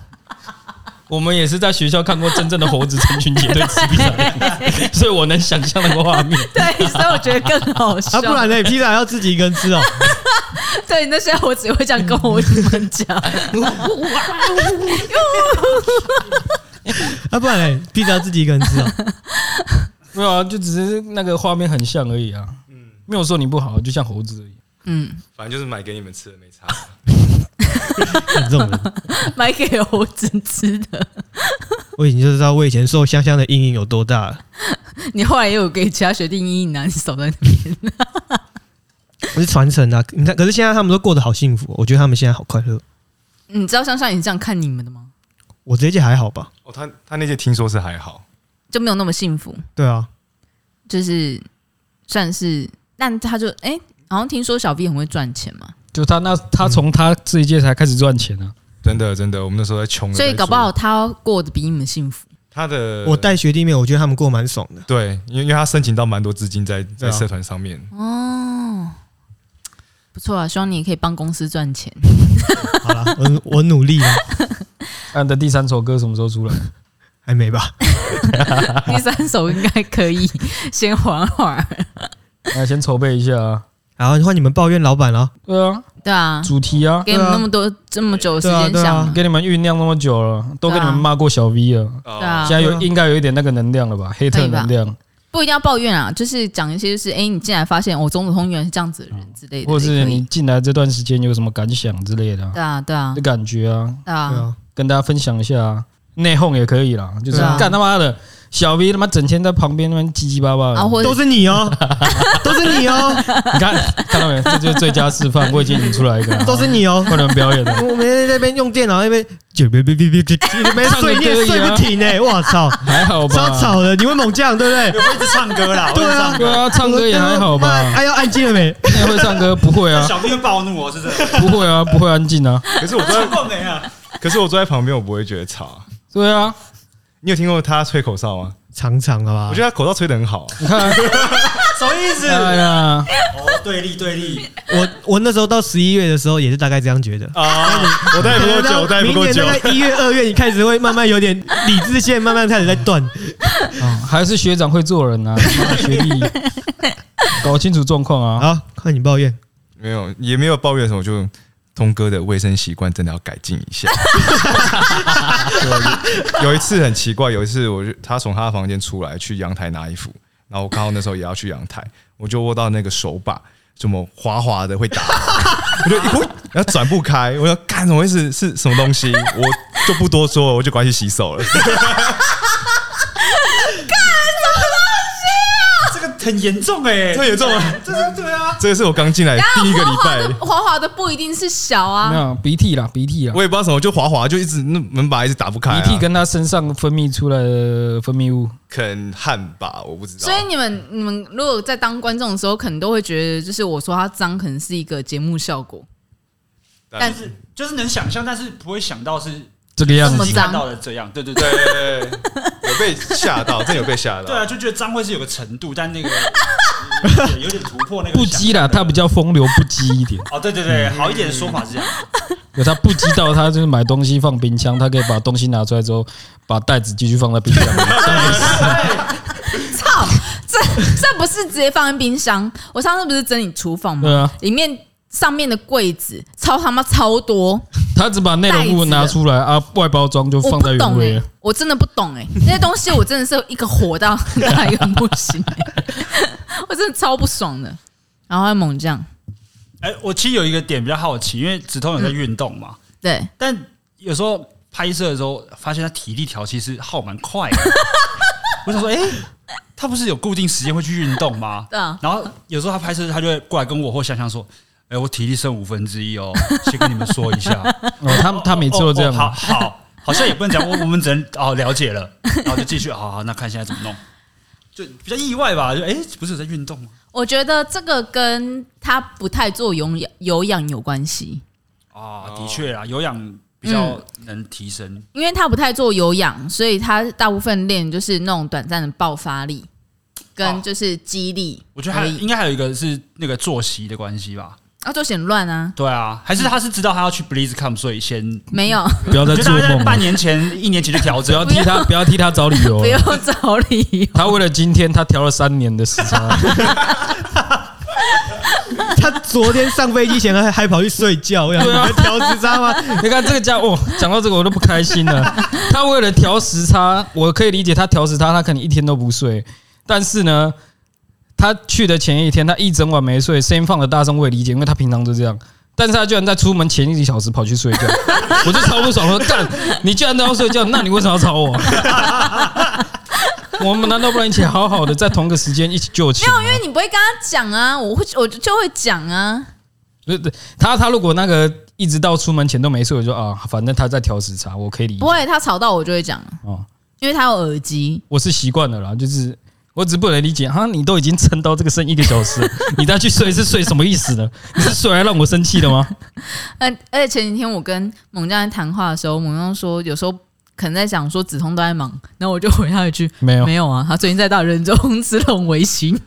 C: 我们也是在学校看过真正的猴子成群结队吃披萨的样啊
A: [LAUGHS]
C: 子，所以我能想象那个画面。
A: 对，所以我觉得更好笑。
B: 啊，不然呢？披萨要自己一个人吃哦。
A: 对，那些我只会这样跟我们讲，
B: 啊，不然呢？披萨要自己一个人吃哦。
C: 没有啊，就只是那个画面很像而已啊。没有说你不好，啊就像猴子而已。
A: 嗯，
D: [LAUGHS] 反正就是买给你们吃的，没差。
B: 看这种人，
A: 买给猴子吃的。
B: 我已经就知道我以前受香香的阴影有多大了。
A: [LAUGHS] 你后来也有给其他学弟阴影啊，你守在那边。
B: 我是传承啊，你看，可是现在他们都过得好幸福哦，我觉得他们现在好快乐。
A: 嗯你知道香香也这样看你们的吗？
B: 我这一届还好吧？
D: [LAUGHS] 哦，他他那些听说是还好，
A: 就没有那么幸福，
B: 对啊，
A: 就是算是，但他就哎、好像听说小 V 很会赚钱嘛，
C: 就他那他从他这一届才开始赚钱啊，
D: 真的真的，我们那时候在
B: 嗯
D: 穷的在
A: 所
D: 说，
A: 以搞不好他过得比你们幸福。
D: 他的
B: 我带学弟妹，我觉得他们过蛮爽的。
D: 对，因为因为他申请到蛮多资金在
B: 对
D: 在
B: 啊
D: 社团上面，
A: 哦不错啊，希望你也可以帮公司赚钱。 [LAUGHS]
B: 好啦，我我努力了，
C: 按的第三首歌什么时候出 [LAUGHS] 来？
B: 还没吧？
A: 第三首应该可以，先缓缓。
C: 那先筹备一下啊。
B: 然后换你们抱怨老板了，
C: 对啊，
A: 对啊，
C: 主题啊，
A: 给你们那么多这么久的时间
B: 对啊对啊
A: 想啊，
C: 给你们酝酿那么久了，都给你们骂过小 V 了，
A: 对啊
C: 现在有应该有一点那个能量了吧？黑特能量，
A: 不一定要抱怨啊，就是讲一些就是，哎、你竟然发现我、哦、总统通原来是这样子的人之类的，
C: 嗯或者
A: 也
C: 是
A: 可以
C: 你进来这段时间有什么感想之类的啊
A: 对啊对啊
C: 的感觉啊，
A: 对
B: 对
A: 啊，
B: 啊，
C: 跟大家分享一下啊。内讧也可以啦，就是
A: 对啊
C: 干他妈的，小 V 他妈整天在旁边那边唧唧巴巴的
A: 啊，，或者
B: 都是你哦，都是你哦，
C: 你看看到没有？这就是最佳示
A: [LAUGHS]
C: 范，我已经引出来一个了，
B: 都是你哦。
C: 不能表演的，
B: 我们在那边用电脑，那边就别别别别别，那边碎念碎不停哎，我操，
C: 还好
B: [LAUGHS]
C: 吧？
B: 超吵的！你会猛将对不对？
E: 我一直唱歌啦，
B: 对啊
E: 我一直
C: 对啊，唱歌也还
B: [LAUGHS]
C: 好吧？
B: 哎，要按键了没？
C: 你会唱歌？不会啊
E: [LAUGHS] 唱歌，小 B 会暴怒哦，是 [LAUGHS] 真的。
C: 不会啊，不会安静啊。
D: 可是我坐在，
E: 哎呀，
D: [LAUGHS] 可是我坐在旁边，我不会觉得吵啊。
C: 对啊，
D: 你有听过他吹口哨吗？
B: 长长的吧
D: 我觉？得他口哨吹得很好啊。
C: 你看，
E: 什么意思？
C: 哎呀，
E: 哦，对立对立，
B: 我我那时候到十一月的时候也是大概这样觉得。
D: 啊，我待不
B: [LAUGHS]
D: 够久，我待不
B: 明
D: 够
B: 年
D: 久
B: 大。概一月、二月，你开始会慢慢有点理智线，慢慢开始在
E: [LAUGHS]
B: 断。
C: 啊还是学长会做人啊，妈的学弟搞清楚状况啊。
B: 好，看你抱怨，
D: 没有，也没有抱怨什么，就通哥的卫生习惯真的要改进一下。 [LAUGHS] 对有一次很奇怪，有一次我就他从他的房间出来去阳台拿衣服，然后我刚好那时候也要去阳台，我就握到那个手把，怎么滑滑的会打， [LAUGHS] 我就一挥然后转不开，我要干什么意思是什么东西，我就不多说了，我就赶紧洗手了。
E: 这个很严重哎，
D: 这严重吗？
E: 这是对啊，
D: 这个是我刚进来第一个礼拜，
A: 滑滑的不一定是小
C: 没
A: 啊，
C: 有鼻涕啦，鼻涕啦，啊
D: 我也不知道什么，就滑滑就一直那门把一直打不开、啊，
C: 鼻涕跟他身上分泌出来的分泌物，
D: 肯汗吧，我不知道。
A: 所以你们你们如果在当观众的时候，可能都会觉得，就是我说他脏，可能是一个节目效果。但
E: 是就是能想象，但是不会想到是
C: 这个样
A: 这么
E: 自
C: 子
E: 己
A: 脏
E: 看到的这样。对对对。
D: 对， [LAUGHS] 有被吓到，真有被吓到。
E: 对啊，，就觉得脏会是有个程度，但
C: [LAUGHS]
E: 那个有点突破那个
C: 不羁啦，
E: 想
C: 他
E: 象的
C: 比较风流不羁一点。
E: 哦，对对对，好一点的说法是这样，
C: 有他不羁到他就是买东西放冰箱，他可以把东西拿出来之后，把袋子继续放在冰箱里。
A: 操， [LAUGHS] 这这不是直接放在冰箱？我上次不是整理厨房
C: 对
A: 吗
C: 啊？
A: 里面上面的柜子超他妈超多，
C: 他只把内容物拿出来啊，外包装就
A: 我
C: 放
A: 不
C: 在原
A: 懂哎、
C: 位了。
A: 我真的不懂哎、那些东西我真的是一个火到 [LAUGHS] 大一个不行、欸，我真的超不爽的。然后还猛将，
E: 哎，我其实有一个点比较好奇，因为止痛有
C: 嗯
E: 在运动嘛，
A: 对，
E: 但有时候拍摄的时候发现他体力条其实耗蛮快的，我想说，哎，他不是有固定时间会去运动吗？
A: 对啊
E: 然后有时候他拍摄，他就会过来跟我或香香说。哎、我体力剩五分之一哦，先跟你们说一下。
C: 哦，他他每次都这样
E: 哦哦好好，好像也不能讲，我我们只能哦了解了，然后就继续，好好，那看现在怎么弄，就比较意外吧，就哎、不是有在运动吗？
A: 我觉得这个跟他不太做有氧有氧有关系，
E: 啊，的确啦，有氧比较能提升，
A: 因为他不太做有氧，所以他大部分练就是那种短暂的爆发力，
E: 哦
A: 跟就是肌力而已。
E: 我觉得还应该还有一个是那个作息的关系吧，
A: 啊，就显乱啊，
E: 对啊，还是他是知道他要去 BlizzCon，所以先，
A: 没有，
C: 不要再
E: 我觉得
C: 做
E: 大家
C: 梦
E: 在半
C: 了，
E: 年前、一年前就调
C: 不要
E: 整，
C: 替他不要替他找理由
A: 不
C: 了。
A: 用找理由。 [LAUGHS]
C: 他为了今天，他调了三年的时差。 [LAUGHS]
B: 他昨天上飞机前还还跑去睡觉，我想你
C: 对啊
B: 在调时差吗？
C: 你看这个家伙，哦讲到这个我都不开心了。他为了调时差，我可以理解他调时差，他可能一天都不睡。但是呢，他去的前一天，他一整晚没睡，声音放的大声，我也理解，因为他平常就这样。但是他居然在出门前一个小时跑去睡觉， [LAUGHS] 我就超不爽了。干，你居然都要睡觉，那你为什么要吵我？ [LAUGHS] 我们难道不能一起好好的在同个时间一起就寝吗？
A: 因为你不会跟他讲啊，我会我就会讲啊。
C: 对对，他他如果那个一直到出门前都没睡，我就啊，反正他在调时差，我可以理解
A: 不。会，他吵到我就会讲，
C: 哦
A: 因为他有耳机。
C: 我是习惯了啦，就是我只不能理解，哈，你都已经撑到这个剩一个小 [LAUGHS] 时了，你再去睡是睡什么意思呢？你是睡来让我生气的吗？
A: 呃，而且前几天我跟猛将在谈话的时候，猛将说有时候可能在讲说子通都在忙，然后我就回他一句
C: 没有
A: 没有啊，他最近在打人中之龙维 [LAUGHS] 新，
C: [LAUGHS]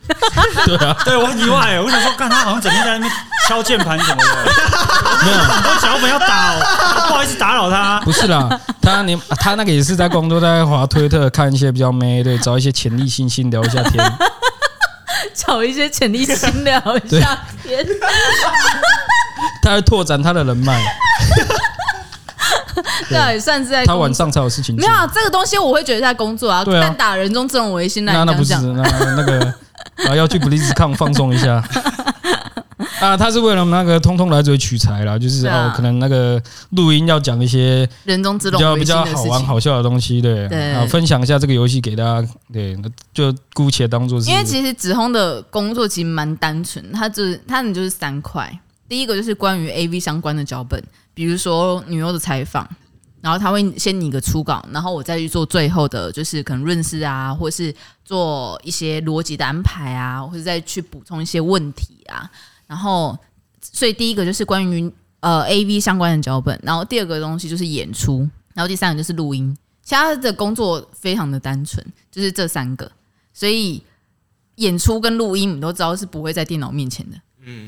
C: 对啊，
E: [LAUGHS] 对我很意外，我想说，看他好像整天在那边敲键盘什
B: [LAUGHS]
E: 么的，
C: 没有，
E: 我脚本要打、哦，不好意思打扰他，
C: 不是啦，他你他那个也是在工作，在滑推特看一些比较妹，对，找一些潜力新星聊一下天。
A: 找一些潜力新聊一下天。
C: 他会拓展他的人脉，
A: 对啊，也算是在
C: 他晚
A: 工作
C: 上才有事情
A: 没
C: 做
A: 有。啊，这个东西我会觉得在工作啊，
C: 对啊
A: 但打人中之龙维新来
C: 那那
A: 讲
C: 不是
A: 讲，
C: 那那个啊，要去 BlizzCon 放松一下。 [LAUGHS] 啊，他是为了我们那个通通来嘴取材啦，就是
A: 对啊
C: 哦，可能那个录音要讲一些
A: 人中之
C: 比
A: 龙
C: 较
A: 维
C: 比
A: 新
C: 较
A: 的
C: 好
A: 事
C: 玩
A: 情。
C: 好笑的东西，对，
A: 对
C: 啊，分享一下这个游戏给大家，对，那就姑且当做是
A: 因为其实子红的工作其实蛮单纯，他就是他们就是三块，第一个就是关于 A V 相关的脚本，比如说女优的采访，然后他会先拟个初稿，然后我再去做最后的，就是可能润饰啊，或是做一些逻辑的安排啊，或者再去补充一些问题啊，然后所以第一个就是关于呃 A V 相关的脚本，然后第二个东西就是演出，然后第三个就是录音。其他的工作非常的单纯，就是这三个，所以演出跟录音，你都知道是不会在电脑面前的。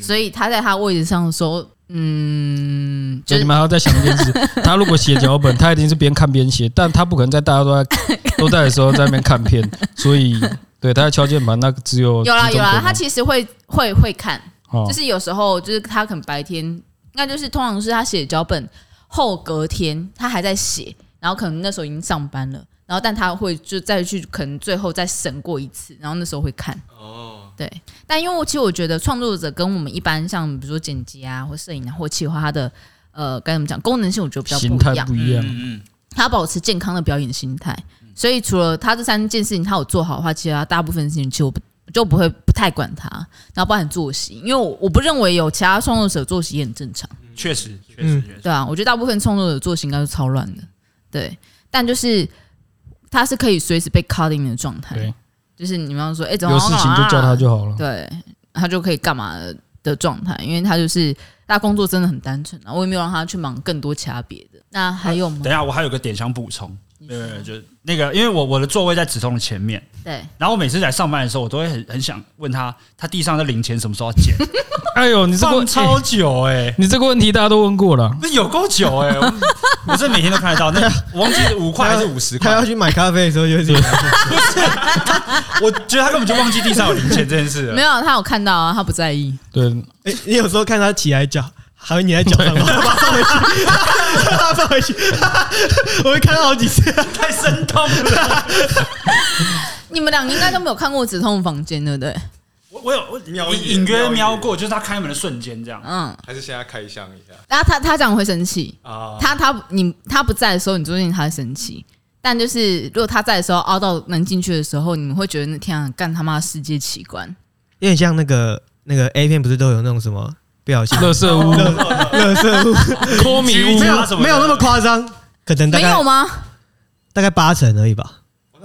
A: 所以他在他位置上说，嗯，就
C: 所以你
A: 是
C: 们还要再想一件事，他如果写脚本，他一定是边看边写，但他不可能在大家都在都在的时候在那边看片，所以对他在敲键盘，那个只有
A: 有啦有啦，他
C: 实
A: 其实会会会看，
C: 哦
A: 就是有时候就是他可能白天，应该就是通常是他写脚本后隔天他还在写，然后可能那时候已经上班了，然后但他会就再去可能最后再审过一次，然后那时候会看。哦，对，但因为我其实我觉得创作者跟我们一般像比如说剪辑啊或摄影啊或企划，他的呃该怎么讲功能性我觉得比较
C: 形
A: 不
C: 态
A: 一样，嗯
C: 不一样，
A: 他要保持健康的表演心态。所以除了他这三件事情他有做好的话，其他大部分事情其实我不就不会不太管他，然后包含作息，因为我我不认为有其他创作者作息也很正常，
E: 确实，确实，
B: 嗯
E: 确实。
A: 对啊，我觉得大部分创作者作息应该是超乱的，对，但就是他是可以随时被 cutting 的状态
C: 对，
A: 就是你们要说哎、怎么
C: 有事情就叫他就好了。
A: 对他就可以干嘛的状态，因为他就是他工作真的很单纯啊，我也没有让他去忙更多其他别的。那还有吗？
E: 等一下，我还有个点想补充，没有没有，没有就那个，因为我我的座位在止痛的前面，
A: 对，
E: 然后我每次来上班的时候，我都会很很想问他，他地上的零钱什么时候要捡？
C: 哎呦，你这个
E: 放超
C: 哎
E: 久哎、
C: 你这个问题大家都问过了，
E: 那有够久哎、我我这每天都看得到。那我忘记是五块还是五十
B: 他
E: 块
B: 要，去买咖啡的时候就是
E: 我觉得他根本就忘记地上有零钱这件事
A: 没
E: 了。
A: 有他有看到啊，他不在意。
C: 对，
B: 哎、你有时候看他起来脚，还有你在脚上，
C: [LAUGHS]
B: 把它放回去，把它放回去， [LAUGHS] 我会看到好几次。
E: 太生动了。
A: 你们俩应该都没有看过止痛房间，对不对？
E: 我我有我
D: 瞄一
E: 隐
D: 眼
E: 隐约
D: 瞄一
E: 瞄
D: 眼
E: 过，就是他开门的瞬间这样。
A: 嗯，
D: 还是现在开箱一下
A: 然后他他讲会生气，
B: 哦
D: 啊？
A: 他他你他不在的时候，你注定他会生气。但就是如果他在的时候凹到能进去的时候，你们会觉得那天啊，干他妈世界奇观。
B: 有点像那个那个 A 片，不是都有那种什么不小心
C: 乐色屋、
B: 乐色物，
C: 抠米
E: 居
C: 屋
E: 家，
B: 没有没有那么夸张，可能大
A: 没
B: 概
A: 有吗？
B: 大概八成而已吧。
D: 哦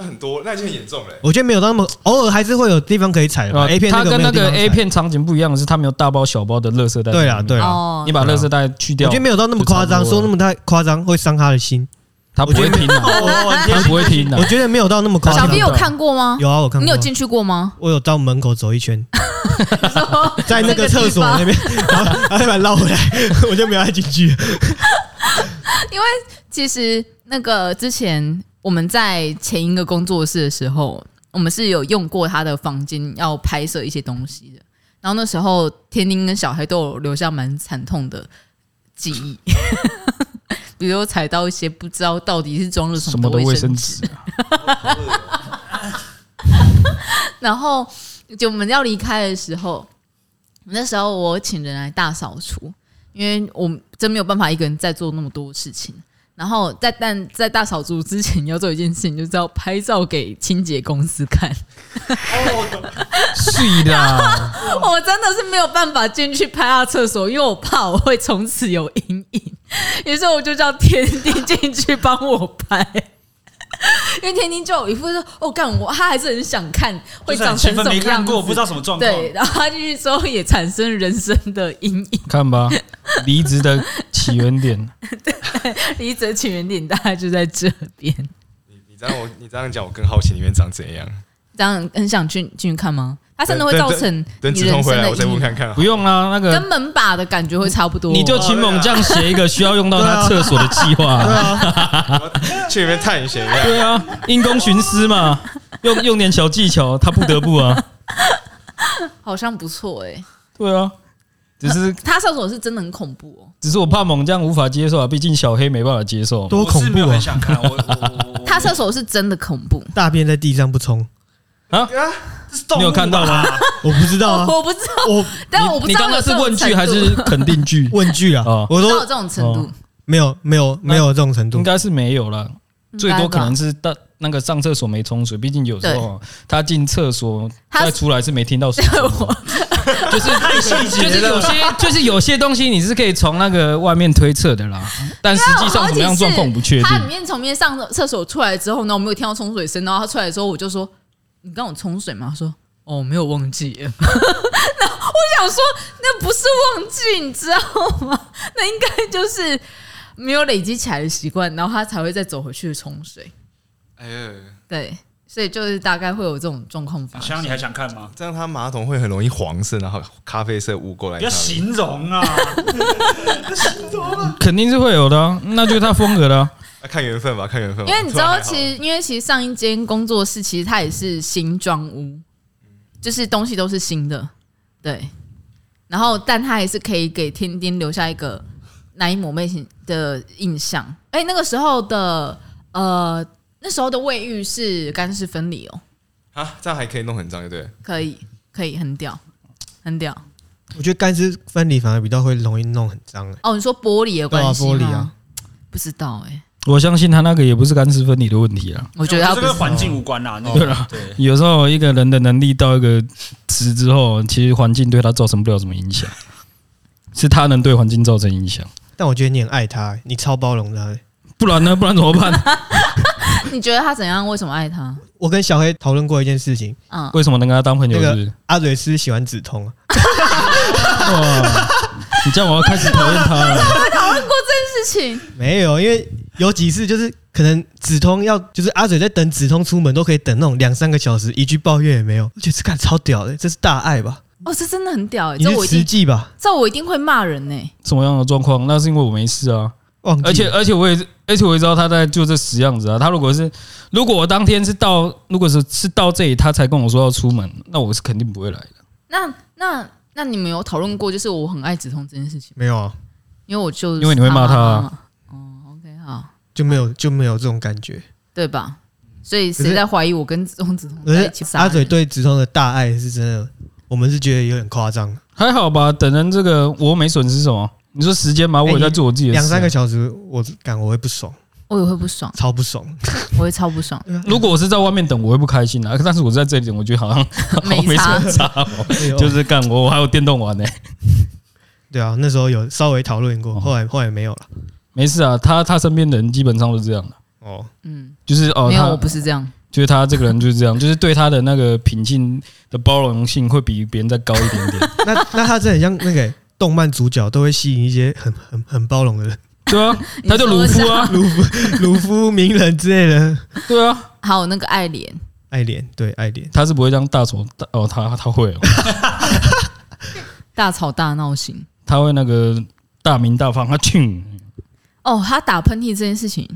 D: 那很多，那已经很严重欸嘞。
B: 我觉得没有到那么，偶尔还是会有地方可以踩吧。
C: 啊
B: A 片
C: 它
B: 个
C: 跟
B: 没
C: 那
B: 有地
C: 个
B: 方踩
C: A，片场景不一样的是，它没有大包小包的乐色袋在里
B: 对啊
C: 面。
B: 对啊，
A: 哦
C: 你，把乐色袋去
B: 我
C: 掉
B: 觉得，没有到那么夸张，
C: 就差不
B: 说
C: 多了
B: 那么太夸张会伤他的心。
C: 他不会啊听的，他不会听的
B: 我。觉得没有到那么夸
A: 小
B: 张
A: B。有看过吗？
B: 有啊，我看过。
A: 你有进去过吗？
B: 我有到门口走一 [LAUGHS] 圈，在那个厕所那边，然后然后再把它绕回来， [LAUGHS] 我就没有再进去了。
A: 其实那个之前我们在前一个工作室的时候，我们是有用过他的房间要拍摄一些东西的。然后那时候天丁跟小黑都有留下蛮惨痛的记忆， [LAUGHS] 比如踩到一些不知道到底是装了
C: 什
A: 么
C: 么的卫
A: 生
C: 生纸，
A: 然后就我们要离开的时候，那时候我请人来大扫除，因为我真没有办法一个人再做那么多事情。然后在但在大扫除之前要做一件事情，就是要拍照给清洁公司看。
C: 是的，啊
A: 我真的是没有办法进去拍他厕所，因为我怕我会从此有阴影。于是我就叫天丁进去帮我拍。 [LAUGHS] 因为天丁就有一副说：“哦，干我，他还是很想看会
E: 就是
A: 长成
E: 很兴
A: 什
E: 奋
A: 么
E: 没看
A: 样子。”
E: 过，不知道什么状况。
A: 对，然后他进去之后也产生人生的阴影，
C: 看吧，离职的起源点。
A: 离职起源点大概就在这边。
D: 你你这样我你这样讲，我更好奇里面长怎样。
A: 这样很想去进去看吗？他真的会
D: 等
A: 造
D: 等
A: 成
D: 等
A: 你
D: 止
A: 人
D: 痛
A: 生
D: 回来，
A: 的
D: 我再
A: 阴
D: 问
A: 影，
D: 看看。
C: 不用啦，那
A: 跟
C: 个
A: 门把的感觉会差不多。
C: 你就请猛将写一个需要用到他厕所的计划啊。
A: [LAUGHS]
D: 去里面探险一下。
C: 对啊，因公徇私嘛，用用点小技巧，他不得不啊。
B: [LAUGHS]
A: 好像不错哎、
C: 对啊，只是
A: 他厕所是真的很恐怖哦。
C: 只是我怕猛将无法接受啊，毕竟小黑没办法接受。
B: 多
E: 我
B: 恐
E: 是没
B: 怖
E: 有
B: 啊
E: 很！想看，我我我我
A: 他厕所是真的恐怖，
B: 大便在地上不冲，
C: 啊？你有看到吗？
B: 我不知道啊，
A: 我不知道，
B: 我？
A: 但我不
C: 哦你
A: 知道
C: 刚刚是
A: 有这种
C: 问句
A: 程
C: 还
A: 度
C: 是肯
A: [LAUGHS]
C: 定句
B: 问句啊
C: 哦，
B: 我
A: 不知道有
B: 说
A: 这种程度？
B: 没有没有没有这种程
C: 应
B: 度，
C: 该是没有了，
A: 嗯
C: 最多可能
A: 应该吧
C: 是到那个上厕所没冲水，毕竟有时候哦他进厕所
A: 他
C: 再出来是没
A: [LAUGHS]
C: 听到水声的。就是太细
E: 节
C: 就是有些就是有些东西你是可以从那个外面推测
A: [LAUGHS]
C: 的啦，但实际上怎么样状况我不确
A: 他
C: 定
A: 里。面从里面上厕所出来之后呢，我没有听到冲水声，然后他出来的时候，我就说：“你刚有冲水吗？”他说：“哦，没有忘记。” [LAUGHS] 然后我想说，那不是忘记，你知道吗？ [LAUGHS] 那应该就是没有累积起来的习惯，然后他才会再走回去冲水。
D: 哎呦，
A: 对，所以就是大概会有这种状况发
E: 想想
A: 生
E: 你。还想看吗？
D: 这样它马桶会很容易黄色，然后咖啡色污过来。
E: 不要形容啊！
C: 肯定是会有的啊，那就是他风
A: [LAUGHS]
C: 格的啊。
D: 啊看缘分吧，看缘分吧。
A: 因为你知
D: 这
A: 道，
D: 还好
A: 其实因为其实上一间工作室其实它也是新装屋，就是东西都是新的，对。然后，但它还是可以给天丁留下一个难以抹灭性的印象。哎、那个时候的呃，那时候的卫浴是干湿分离哦，
D: 啊，这样还可以弄很脏，对不对？
A: 可以，可以，很屌，很屌。
B: 我觉得干湿分离反而比较会容易弄很脏，啊
A: 哦，你说玻璃有
B: 对啊
A: 关系吗
B: 玻璃啊，
A: 不知道哎、
C: 我相信他那个也不是干湿分离的问题啊啦。
A: 我觉得它
E: 这
A: 不
E: 跟
A: 是
E: 环境无关啊啦，那
C: 哦对啊
E: 个
C: 啦
E: 对。
C: 有时候一个人的能力到一个值之后，其实环境对他造成不了什么影响，是他能对环境造成影响。
B: 但我觉得你很爱他，你超包容他。
C: 不然呢？不然怎
B: [LAUGHS]
C: 么办？
A: 你觉得他怎样？为什么爱他？
B: 我跟小黑讨论过一件事情，
A: 嗯，
C: 为什么能跟他当朋友？
B: 那
C: 是
B: 个
C: 不是？
B: 阿蕊斯喜欢止痛啊，
C: 哇！你这样我要开始讨厌他了。
A: 事情
B: 没有，因为有几次就是可能止痛要，就是阿蕊在等止痛出门都可以等那种两三个小时，一句抱怨也没有，我觉得这干超屌的，这是大爱吧？
A: 哦，这真的很屌哎、
B: 你
A: 这我
B: 是
A: 一定
B: 实际吧？
A: 这我一定会骂人欸呢、
C: 什么样的状况？那是因为我没事啊，
B: 忘记了，
C: 而且而且我也是而且我也知道他在做这死样子啊。他如果是如果我当天是到，如果是是到这里他才跟我说要出门，那我是肯定不会来的。
A: 那那那你们有讨论过，就是我很爱止痛这件事情吗？
B: 没有啊，
A: 因为我就是
C: 因为你会骂他啊
A: 妈妈嘛哦，OK，好，
B: 就没有就没有这种感觉。
A: 对吧？所以
B: 可
A: 谁
B: 是
A: 在怀疑我跟钟止痛
B: 可
A: 在一起
B: 是
C: 呃
A: 杀
B: 阿蕊
A: 人？
B: 对止痛的大爱是真的，我们是觉得有点夸张，
C: 还好吧，等人这个我没损失什么。你说时间吧，我也在做我自己的事啊
B: 哎两三个。小时我感我会不爽，
A: 我也会不爽，
B: 超不
C: [LAUGHS]
B: 爽。
A: 我会超不爽，
C: 如果我是在外面等，我会不开心啊。 [LAUGHS] 但是我在这里等，我觉得 [LAUGHS] 好像 [LAUGHS]
A: 没
C: 没什
A: 差。
C: 么差哦，
B: 就
C: 就是干我我还有电动玩呢、
B: 对啊，那时候有稍微讨论过，
C: 哦
B: 后来后来没有了。
C: 没事啊，他他身边的人基本上都这样的，
B: 哦，
A: 嗯，
C: 就是哦，
A: 没有，
C: 他
A: 我不是这样。
C: 就是他这个人就是这样，就是对他的那个品性的包容性会比别人再高一
A: [LAUGHS]
C: 点点。
B: 那那他真的很像那个动漫主角，都会吸引一些很很很包容的人，
C: 对啊，他就鲁夫啊，
B: 鲁夫、 [LAUGHS] 鲁夫、名人之类的。
C: [LAUGHS] 对啊，
A: 还有那个爱莲，
B: 爱莲，对爱莲，
C: 他是不会这样大吵大哦，他他会哦，
A: 大吵大闹型。
C: 他会那个大鸣大放，他 [LAUGHS] 去
A: 哦，他打喷嚏这件事情，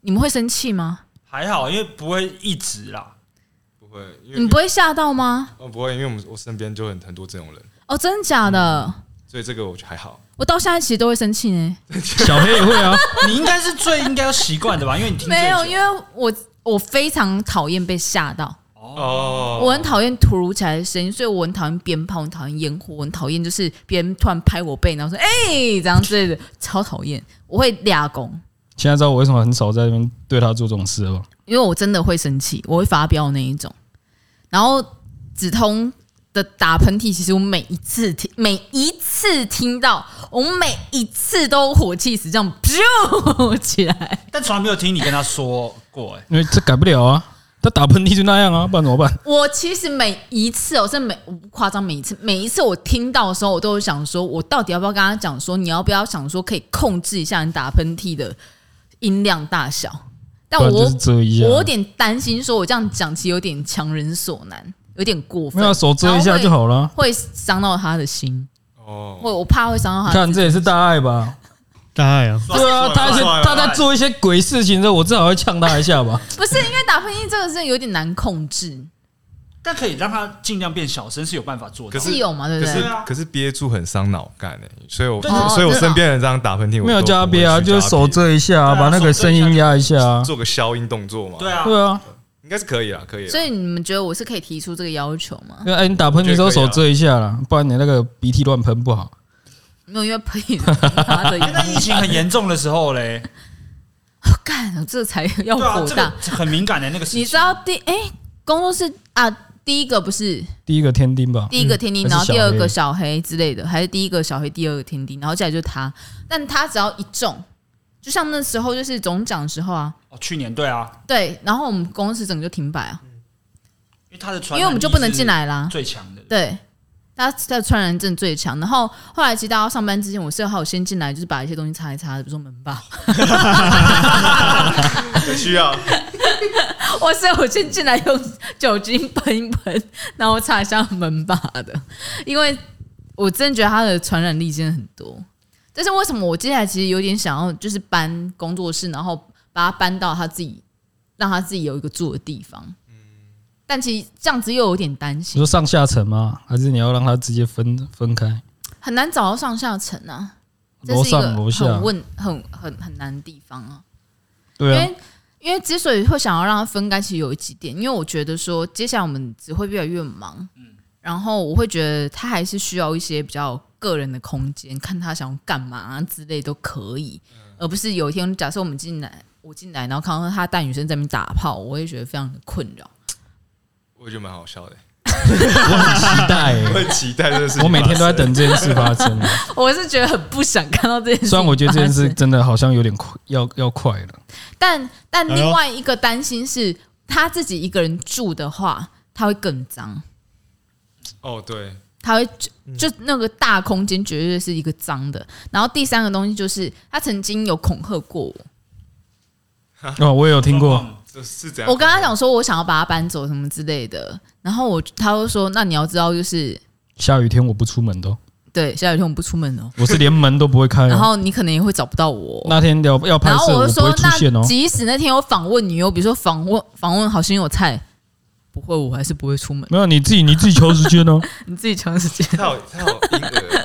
A: 你们会生气吗？
E: 还好，因为不会一直啦。
D: 不会，因
A: 你
D: 为
A: 们不会吓到吗？
D: 哦不会，因为我们我身边就很很多这种人，
A: 哦，真的假
C: 嗯
A: 的？
D: 所以这个我觉得还好。
A: 我到现在其实都会生气呢、
C: 小黑也会啊，
E: 你应该是最应该要习惯的吧，因为你听
A: 没有，因
E: 为
A: 为我我非常讨厌被吓到，
D: 哦
A: 我很讨厌突如其来的声音，所以我很讨厌鞭炮，我很讨厌烟火，我很讨厌就是别人突然拍我背，然后说“哎、这样之类的，超讨厌。我会俩拱，
C: 现在知道我为什么很少在那边对他做这种事了吧？
A: 因为我真的会生气，我会发飙那一种。然后止痛的打喷嚏，其实我每一次听，每一次听到，我每一次都火气死，这样 [LAUGHS] 噗起来。
E: 但从来没有听你跟他说过，哎，
C: 因为这改不了啊，他打喷嚏就那样啊，不然怎么办？
A: 我其实每一次哦，我真的每我不夸张，每一次每一次我听到的时候，我都有想说，我到底要不要跟他讲说，你要不要想说可以控制一下你打喷嚏的音量大小？但
C: 不然就
A: 我
C: 是遮一下
A: 我，有点担心，说我这样讲其实有点强人所难，有点过分
C: 没有啊。手遮一下就好了啊。
A: 会伤到他的心，
D: 哦，
A: 我我怕会啊伤到他的
C: 看这也是大爱吧？
B: 大爱啊，
C: 对啊，他
E: 帅
C: 是
E: 帅
C: 他在做一些鬼事情的时候，我至少会呛他一下吧。
A: 不是因为打喷嚏这个真的有点难控制，
E: 但可以让他尽量变小声是有办法做
D: 可
E: 到
D: 是
E: 的。
A: 是有嘛？对不
D: 可是
A: 对？
E: 对啊
D: 可是憋住很伤脑干诶，所以我
E: 对啊
D: 所以我
A: 哦真的
D: 身边人这样打喷嚏，我
C: 没有
D: 都
C: 加
D: 不会
C: 憋啊，
D: 去
C: 就是
D: 加
C: 手
D: 憋
C: 遮一下、
E: 对啊
C: 把那个声音压一下、啊。
D: 做个消音动作嘛。
E: 对啊，
C: 对啊，
D: 你应该是可以啦，可以啦。
A: 所以你们觉得我是可以提出这个要求吗？
C: 哎，你打喷嚏的时候手遮一下啦，不然你那个鼻涕乱喷不好。
A: 没有，因为喷你
C: [LAUGHS]
A: 拿着烟，
E: 那疫情很严重的时候嘞，
A: 干这才要
E: 对啊，
A: 火
E: 这
A: 大。
E: 个很敏感的那个时期，
A: 你知道第哎、工作室啊，第一个不是
C: 第一个天丁吧，
A: 第一个天丁，
C: 嗯还是
A: 然后第
C: 小
A: 二
C: 黑
A: 个小黑之类的，还是第一个小黑，第二个天丁，然后接下来就是他。但他只要一中，就像那时候就是总奖的时候啊，
E: 哦，去年对啊，
A: 对，然后我们公司整个就停摆啊，
E: 因为他的
A: 因
E: 传，
A: 为我们就不能进，来啦。
E: 最强的，
A: 对，他在传染症最强。然后后来其实大家上班之前，我是还有先进来，就是把一些东西擦一擦，比如说门把。
D: 需要
A: [LAUGHS] 哇塞！我先进来用酒精喷一喷，然后擦一下门把的，因为我真的觉得它的传染力真的很多。但是为什么我接下来其实有点想要就是搬工作室，然后把它搬到他自己，让他自己有一个住的地方。但其实这样子又有点担
C: 你
A: 心，
C: 说上下层吗？还是你要让它直接分分开？
A: 很难找到上下层啊。这
C: 楼
A: 是一个
C: 上楼下
A: 很问很很很难的地方啊。
C: 对啊
A: 因，为因为之所以会想要让它分开，其实有几点，因为我觉得说接下来我们只会越来越忙，
C: 嗯
A: 然后我会觉得他还是需要一些比较个人的空间，看他想要干嘛之类都可以，
C: 嗯
A: 而不是有一天假设我们进来，我进来然后看到他带女生在那边打炮，我会觉得非常的困扰。 [LAUGHS]
D: 我觉得蛮好
C: [LAUGHS]
D: 笑的，
C: 我很期待
D: 我 [LAUGHS]
C: 欸，
D: 很期待这个事情。
C: 我每天都在等这件事发生啊。
A: 我是觉得很不想看到这件事情发生，
C: 虽然我觉得这件事真的好像有点快，要要快了。
A: 但但
B: 哎
A: 另
B: 呦
A: 外一个担心是，他自己一个人住的话，他会更脏。
D: 哦，对，
A: 它会就就那个大空间绝对是一个脏的。然后第三个东西就是他曾经有恐吓过我，
C: 哦，我也有听过，
D: 这是怎样？
A: 我跟他讲说我想要把它搬走什么之类的，然后我他就说那你要知道就是
C: 下雨天我不出门的哦，
A: 对下雨天我们不出门哦，
C: 我是连门都不会开
A: 然
C: 哦。
A: 后你可能也会找不到我。
C: 那天要要拍
A: 然
C: 摄，
A: 后
C: 我
A: 我就
C: 不会
A: 说，
C: 出现哦
A: 那。即使那天有访问女优，比如说访问访问好心有菜，不会，我还是不会
C: [LAUGHS]
A: 出门。
C: 没有你自己你自己求时间
A: [LAUGHS]
C: 哦。
A: 你自己长时间，
D: 他好，他好婴儿，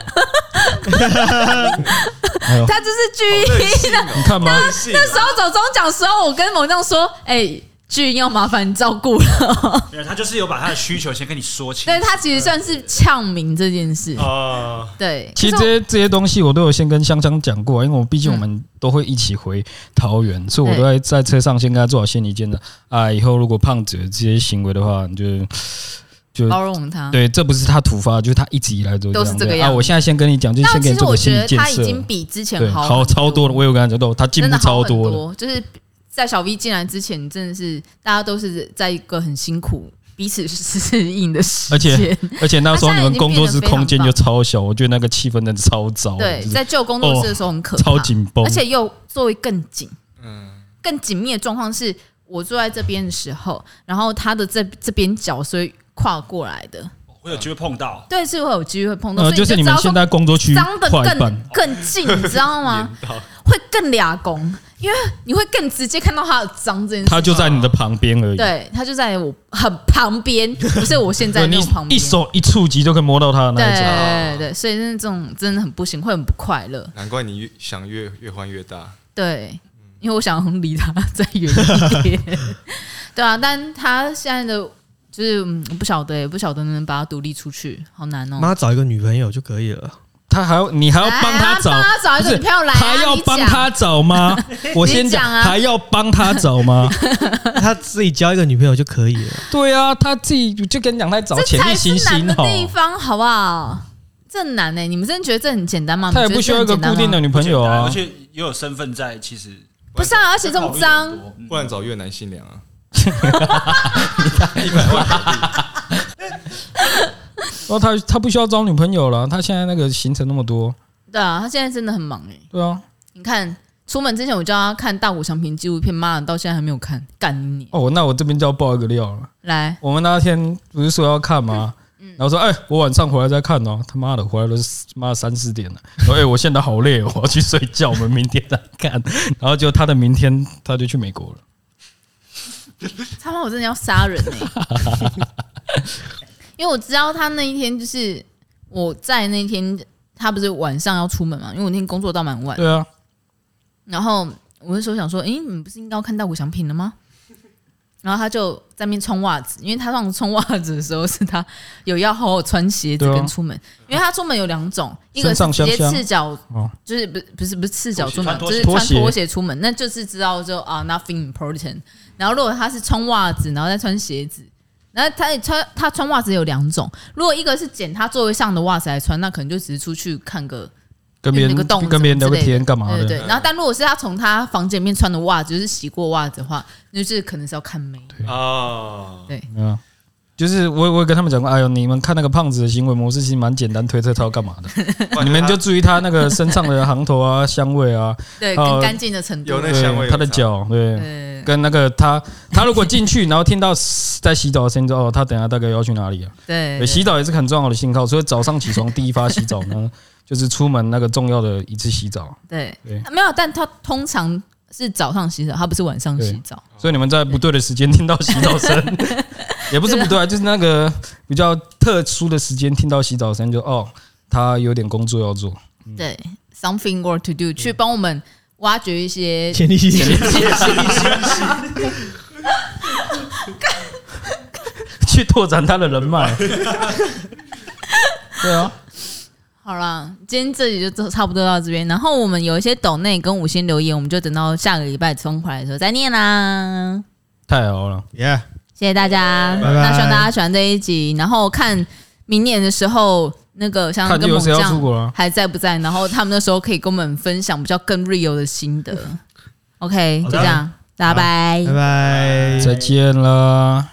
C: 哎呦，
A: 他就是巨
D: 好
A: 婴
D: 任性哦
C: 你看吗？
D: 任性哦
A: [LAUGHS] 那时候走中奖时候，我跟猛将说，哎、巨婴要麻烦你照顾了。
E: 没有，他就是有把他的需求先跟你说清
A: 对，他其实算是呛名这件
C: [LAUGHS]
A: 事，
D: 啊，
A: 对。
C: 哦其实
A: 可
C: 这
A: 是
C: 些这些东西我都有先跟香香讲过，因为我
A: 嗯
C: 毕竟我们都会一起回桃园，所以我都在在车上先跟他做好心理建设啊。以后如果胖子有这些行为的话，你就
A: 我
C: 就
A: 包容他，
C: 对，这不是他突发，就是他一直以来都
A: 啊都是这个
C: 对
A: 样
C: 啊。
A: 子
C: 我现在先跟你讲，就是
A: 但
C: 先给
A: 其
C: 你
A: 实
C: 做
A: 我
C: 个
A: 觉
C: 心理
A: 得
C: 建
A: 他已
C: 设。
A: 经比之前
C: 对，
A: 好
C: 好
A: 很
C: 超多了，我有跟他讲到，他进
A: 真
C: 步
A: 的好
C: 超
A: 很
C: 多了。
A: 多。就是在小 V 进来之前，真的是大家都是在一个很辛苦彼此适应的时
C: 而且
A: 间。
C: 而且那时候你们工作室空间
A: 他现在已经变得非常棒
C: 就超小，我觉得那个气氛真的超糟，
A: 对，
C: 哦就是哦
A: 在旧工作室的时候很可怕，
C: 超紧绷
A: 而。且又座位更紧，
D: 嗯，
A: 更紧密的状况是我坐在这边的时候，然后他的这这边脚所以跨过来的，
E: 我有机会碰到，
A: 对，是会有机会碰到。
C: 呃，
A: 所以
C: 就
A: 你知
C: 是你们
A: 道说
C: 现在工作区
A: 脏的
C: 快
A: 更
C: 半，
A: 更
C: [LAUGHS]
A: 近，你知道
D: 啊
A: 吗？会更俩公，因为你会更直接看到他的脏这件事。
C: 他就在你的旁边而已。
A: 对他就在我很旁边，不是我现在
C: 对，
A: 那种旁
C: 你一
A: 边。
C: 手一触及就可以摸到他的
A: 对
C: 那一种。
A: 对对，所以真的这种真的很不行，会很不快乐。
D: 难怪你越想越越换越大。
A: 对，因为我想离他再远一
C: [LAUGHS]
A: 点。对啊，但他现在的就是嗯不晓得欸，不晓得能不能把他独立出去，好难哦。
B: 妈找一个女朋友就可以了。
C: 他还要你还要帮他找
A: 哎呀帮他找一
C: 不
A: 个
C: 是
A: 女朋友来啊
C: 还要
A: 你
C: 帮
A: 讲
C: 他找吗？我先
A: 你讲啊
C: 还要帮他
A: [LAUGHS]
C: 找吗？
B: 他自己交一个女朋友就可以了。
C: [LAUGHS] 对啊，他自己就跟你讲，他找
A: 这
C: 潜
A: 才
C: 力
A: 是
C: 新
A: 难
C: 星哦
A: 的
C: 哈，
A: 地方，好不好？这很难呢、欸你们真的觉得这很简单吗？
C: 他也
A: 你
C: 不
A: 们
C: 需
A: 觉
C: 要一
A: 得这很简
C: 个
A: 单
C: 固
A: 吗
C: 定的女朋友啊
E: 而。且也有身份在，其实
A: 不是啊，而且这么脏，
E: 嗯
D: 不然找越南新娘啊。
C: 然后哦他他不需要招女朋友了，他现在那个行程那么多，
A: 对啊，他现在真的很忙哎、
C: 对啊。
A: 你看，出门之前我叫他看大谷翔平纪录片，妈的，到现在还没有看，干你！
C: 哦，那我这边就要爆一个料了。
A: 来，
C: 我们那天不是说要看吗？
A: 嗯
C: 然后说，哎、我晚上回来再看哦。他妈的，回来都是妈三四点了。然后，哎、我现在好累，哦，我要去睡觉，我们明天再看。 [LAUGHS] 然后就他的明天，他就去美国了。
A: 他妈我真的要杀人哎、 [LAUGHS] 因为我知道他那一天就是我在那一天，他不是晚上要出门嘛，因为我那天工作到蛮晚，
C: 对啊，
A: 然后我那时候想说，诶，你们不是应该要看大谷翔平了吗？ [LAUGHS] 然后他就在那边穿袜子，因为他上次穿袜子的时候是他有要好好穿鞋子
C: 对啊
A: 跟出门，因为他出门有两种，一个
C: 身
A: 是
C: 上
A: 直接
C: 香香
A: 赤脚
C: 哦，
A: 就是不不是不是赤脚出门，
E: 拖
A: 就
E: 鞋
A: 是
C: 穿拖
A: 穿
C: 鞋
A: 拖鞋出门，那就是知道就啊 nothing important。然后如果他是穿袜子，然后再穿鞋子，然后他也穿他穿袜子有两种，如果一个是捡他座位上的袜子来穿，那可能就只是出去看个
C: 跟别
A: 有那个
C: 人
A: 洞
C: 跟别人聊个
A: 什么之类
C: 天干嘛
A: 对
C: 的？
A: 对对，然后但如果是他从他房间里面穿的袜子，就是洗过袜子的话，那就是可能是要看妹。
D: 啊，
A: 对，
C: 嗯，就是我我也跟他们讲过，哎呦，你们看那个胖子的行为模式其实蛮简单，推测他要干嘛的，你们就注意他那个身上的行头啊、香味啊，
A: 对，
C: 呃
A: 更干净的程度
D: 有。那
C: 对
D: 香味有
C: 他的
D: 差
C: 脚，对，
A: 对，
C: 跟那个他他如果进去，然后听到在洗澡的声音，就哦，他等一下大概要去哪里啊？
A: 对
C: 对，洗澡也是很重要的信号，所以早上起床第一发洗澡呢， [LAUGHS] 就是出门那个重要的一次洗澡。
A: 对
C: 对
A: 没有，但他通常是早上洗澡，他不是晚上洗澡。
C: 所以你们在不对的时间听到洗澡声，
A: [LAUGHS]
C: 也不是不对啊，就是那个比较特殊的时间听到洗澡声，就哦，他有点工作要做。 [LAUGHS]
A: 对，something work to do，去帮我们挖掘一些。
B: 潜力新
C: 去拓展他的人脉。
A: [LAUGHS]
C: 对啊，
A: 好啦，今天这里就差不多到这边。然后我们有一些抖内跟五星留言，我们就等到下个礼拜冲回来的时候再念啦。
C: 太好了，
B: ，Yeah，
A: 谢谢大家，
B: 拜拜
A: 那希望大家喜欢这一集。然后看明年的时候，那个像
C: 看
A: 跟
C: 有
A: 猛
C: 谁要出
A: 将
C: 国了。啊
A: 还在不在，然后他们那时候可以跟我们分享比较更 real 的心得。OK，就这样，大家拜
C: 哎
B: 拜拜。
C: 再见了。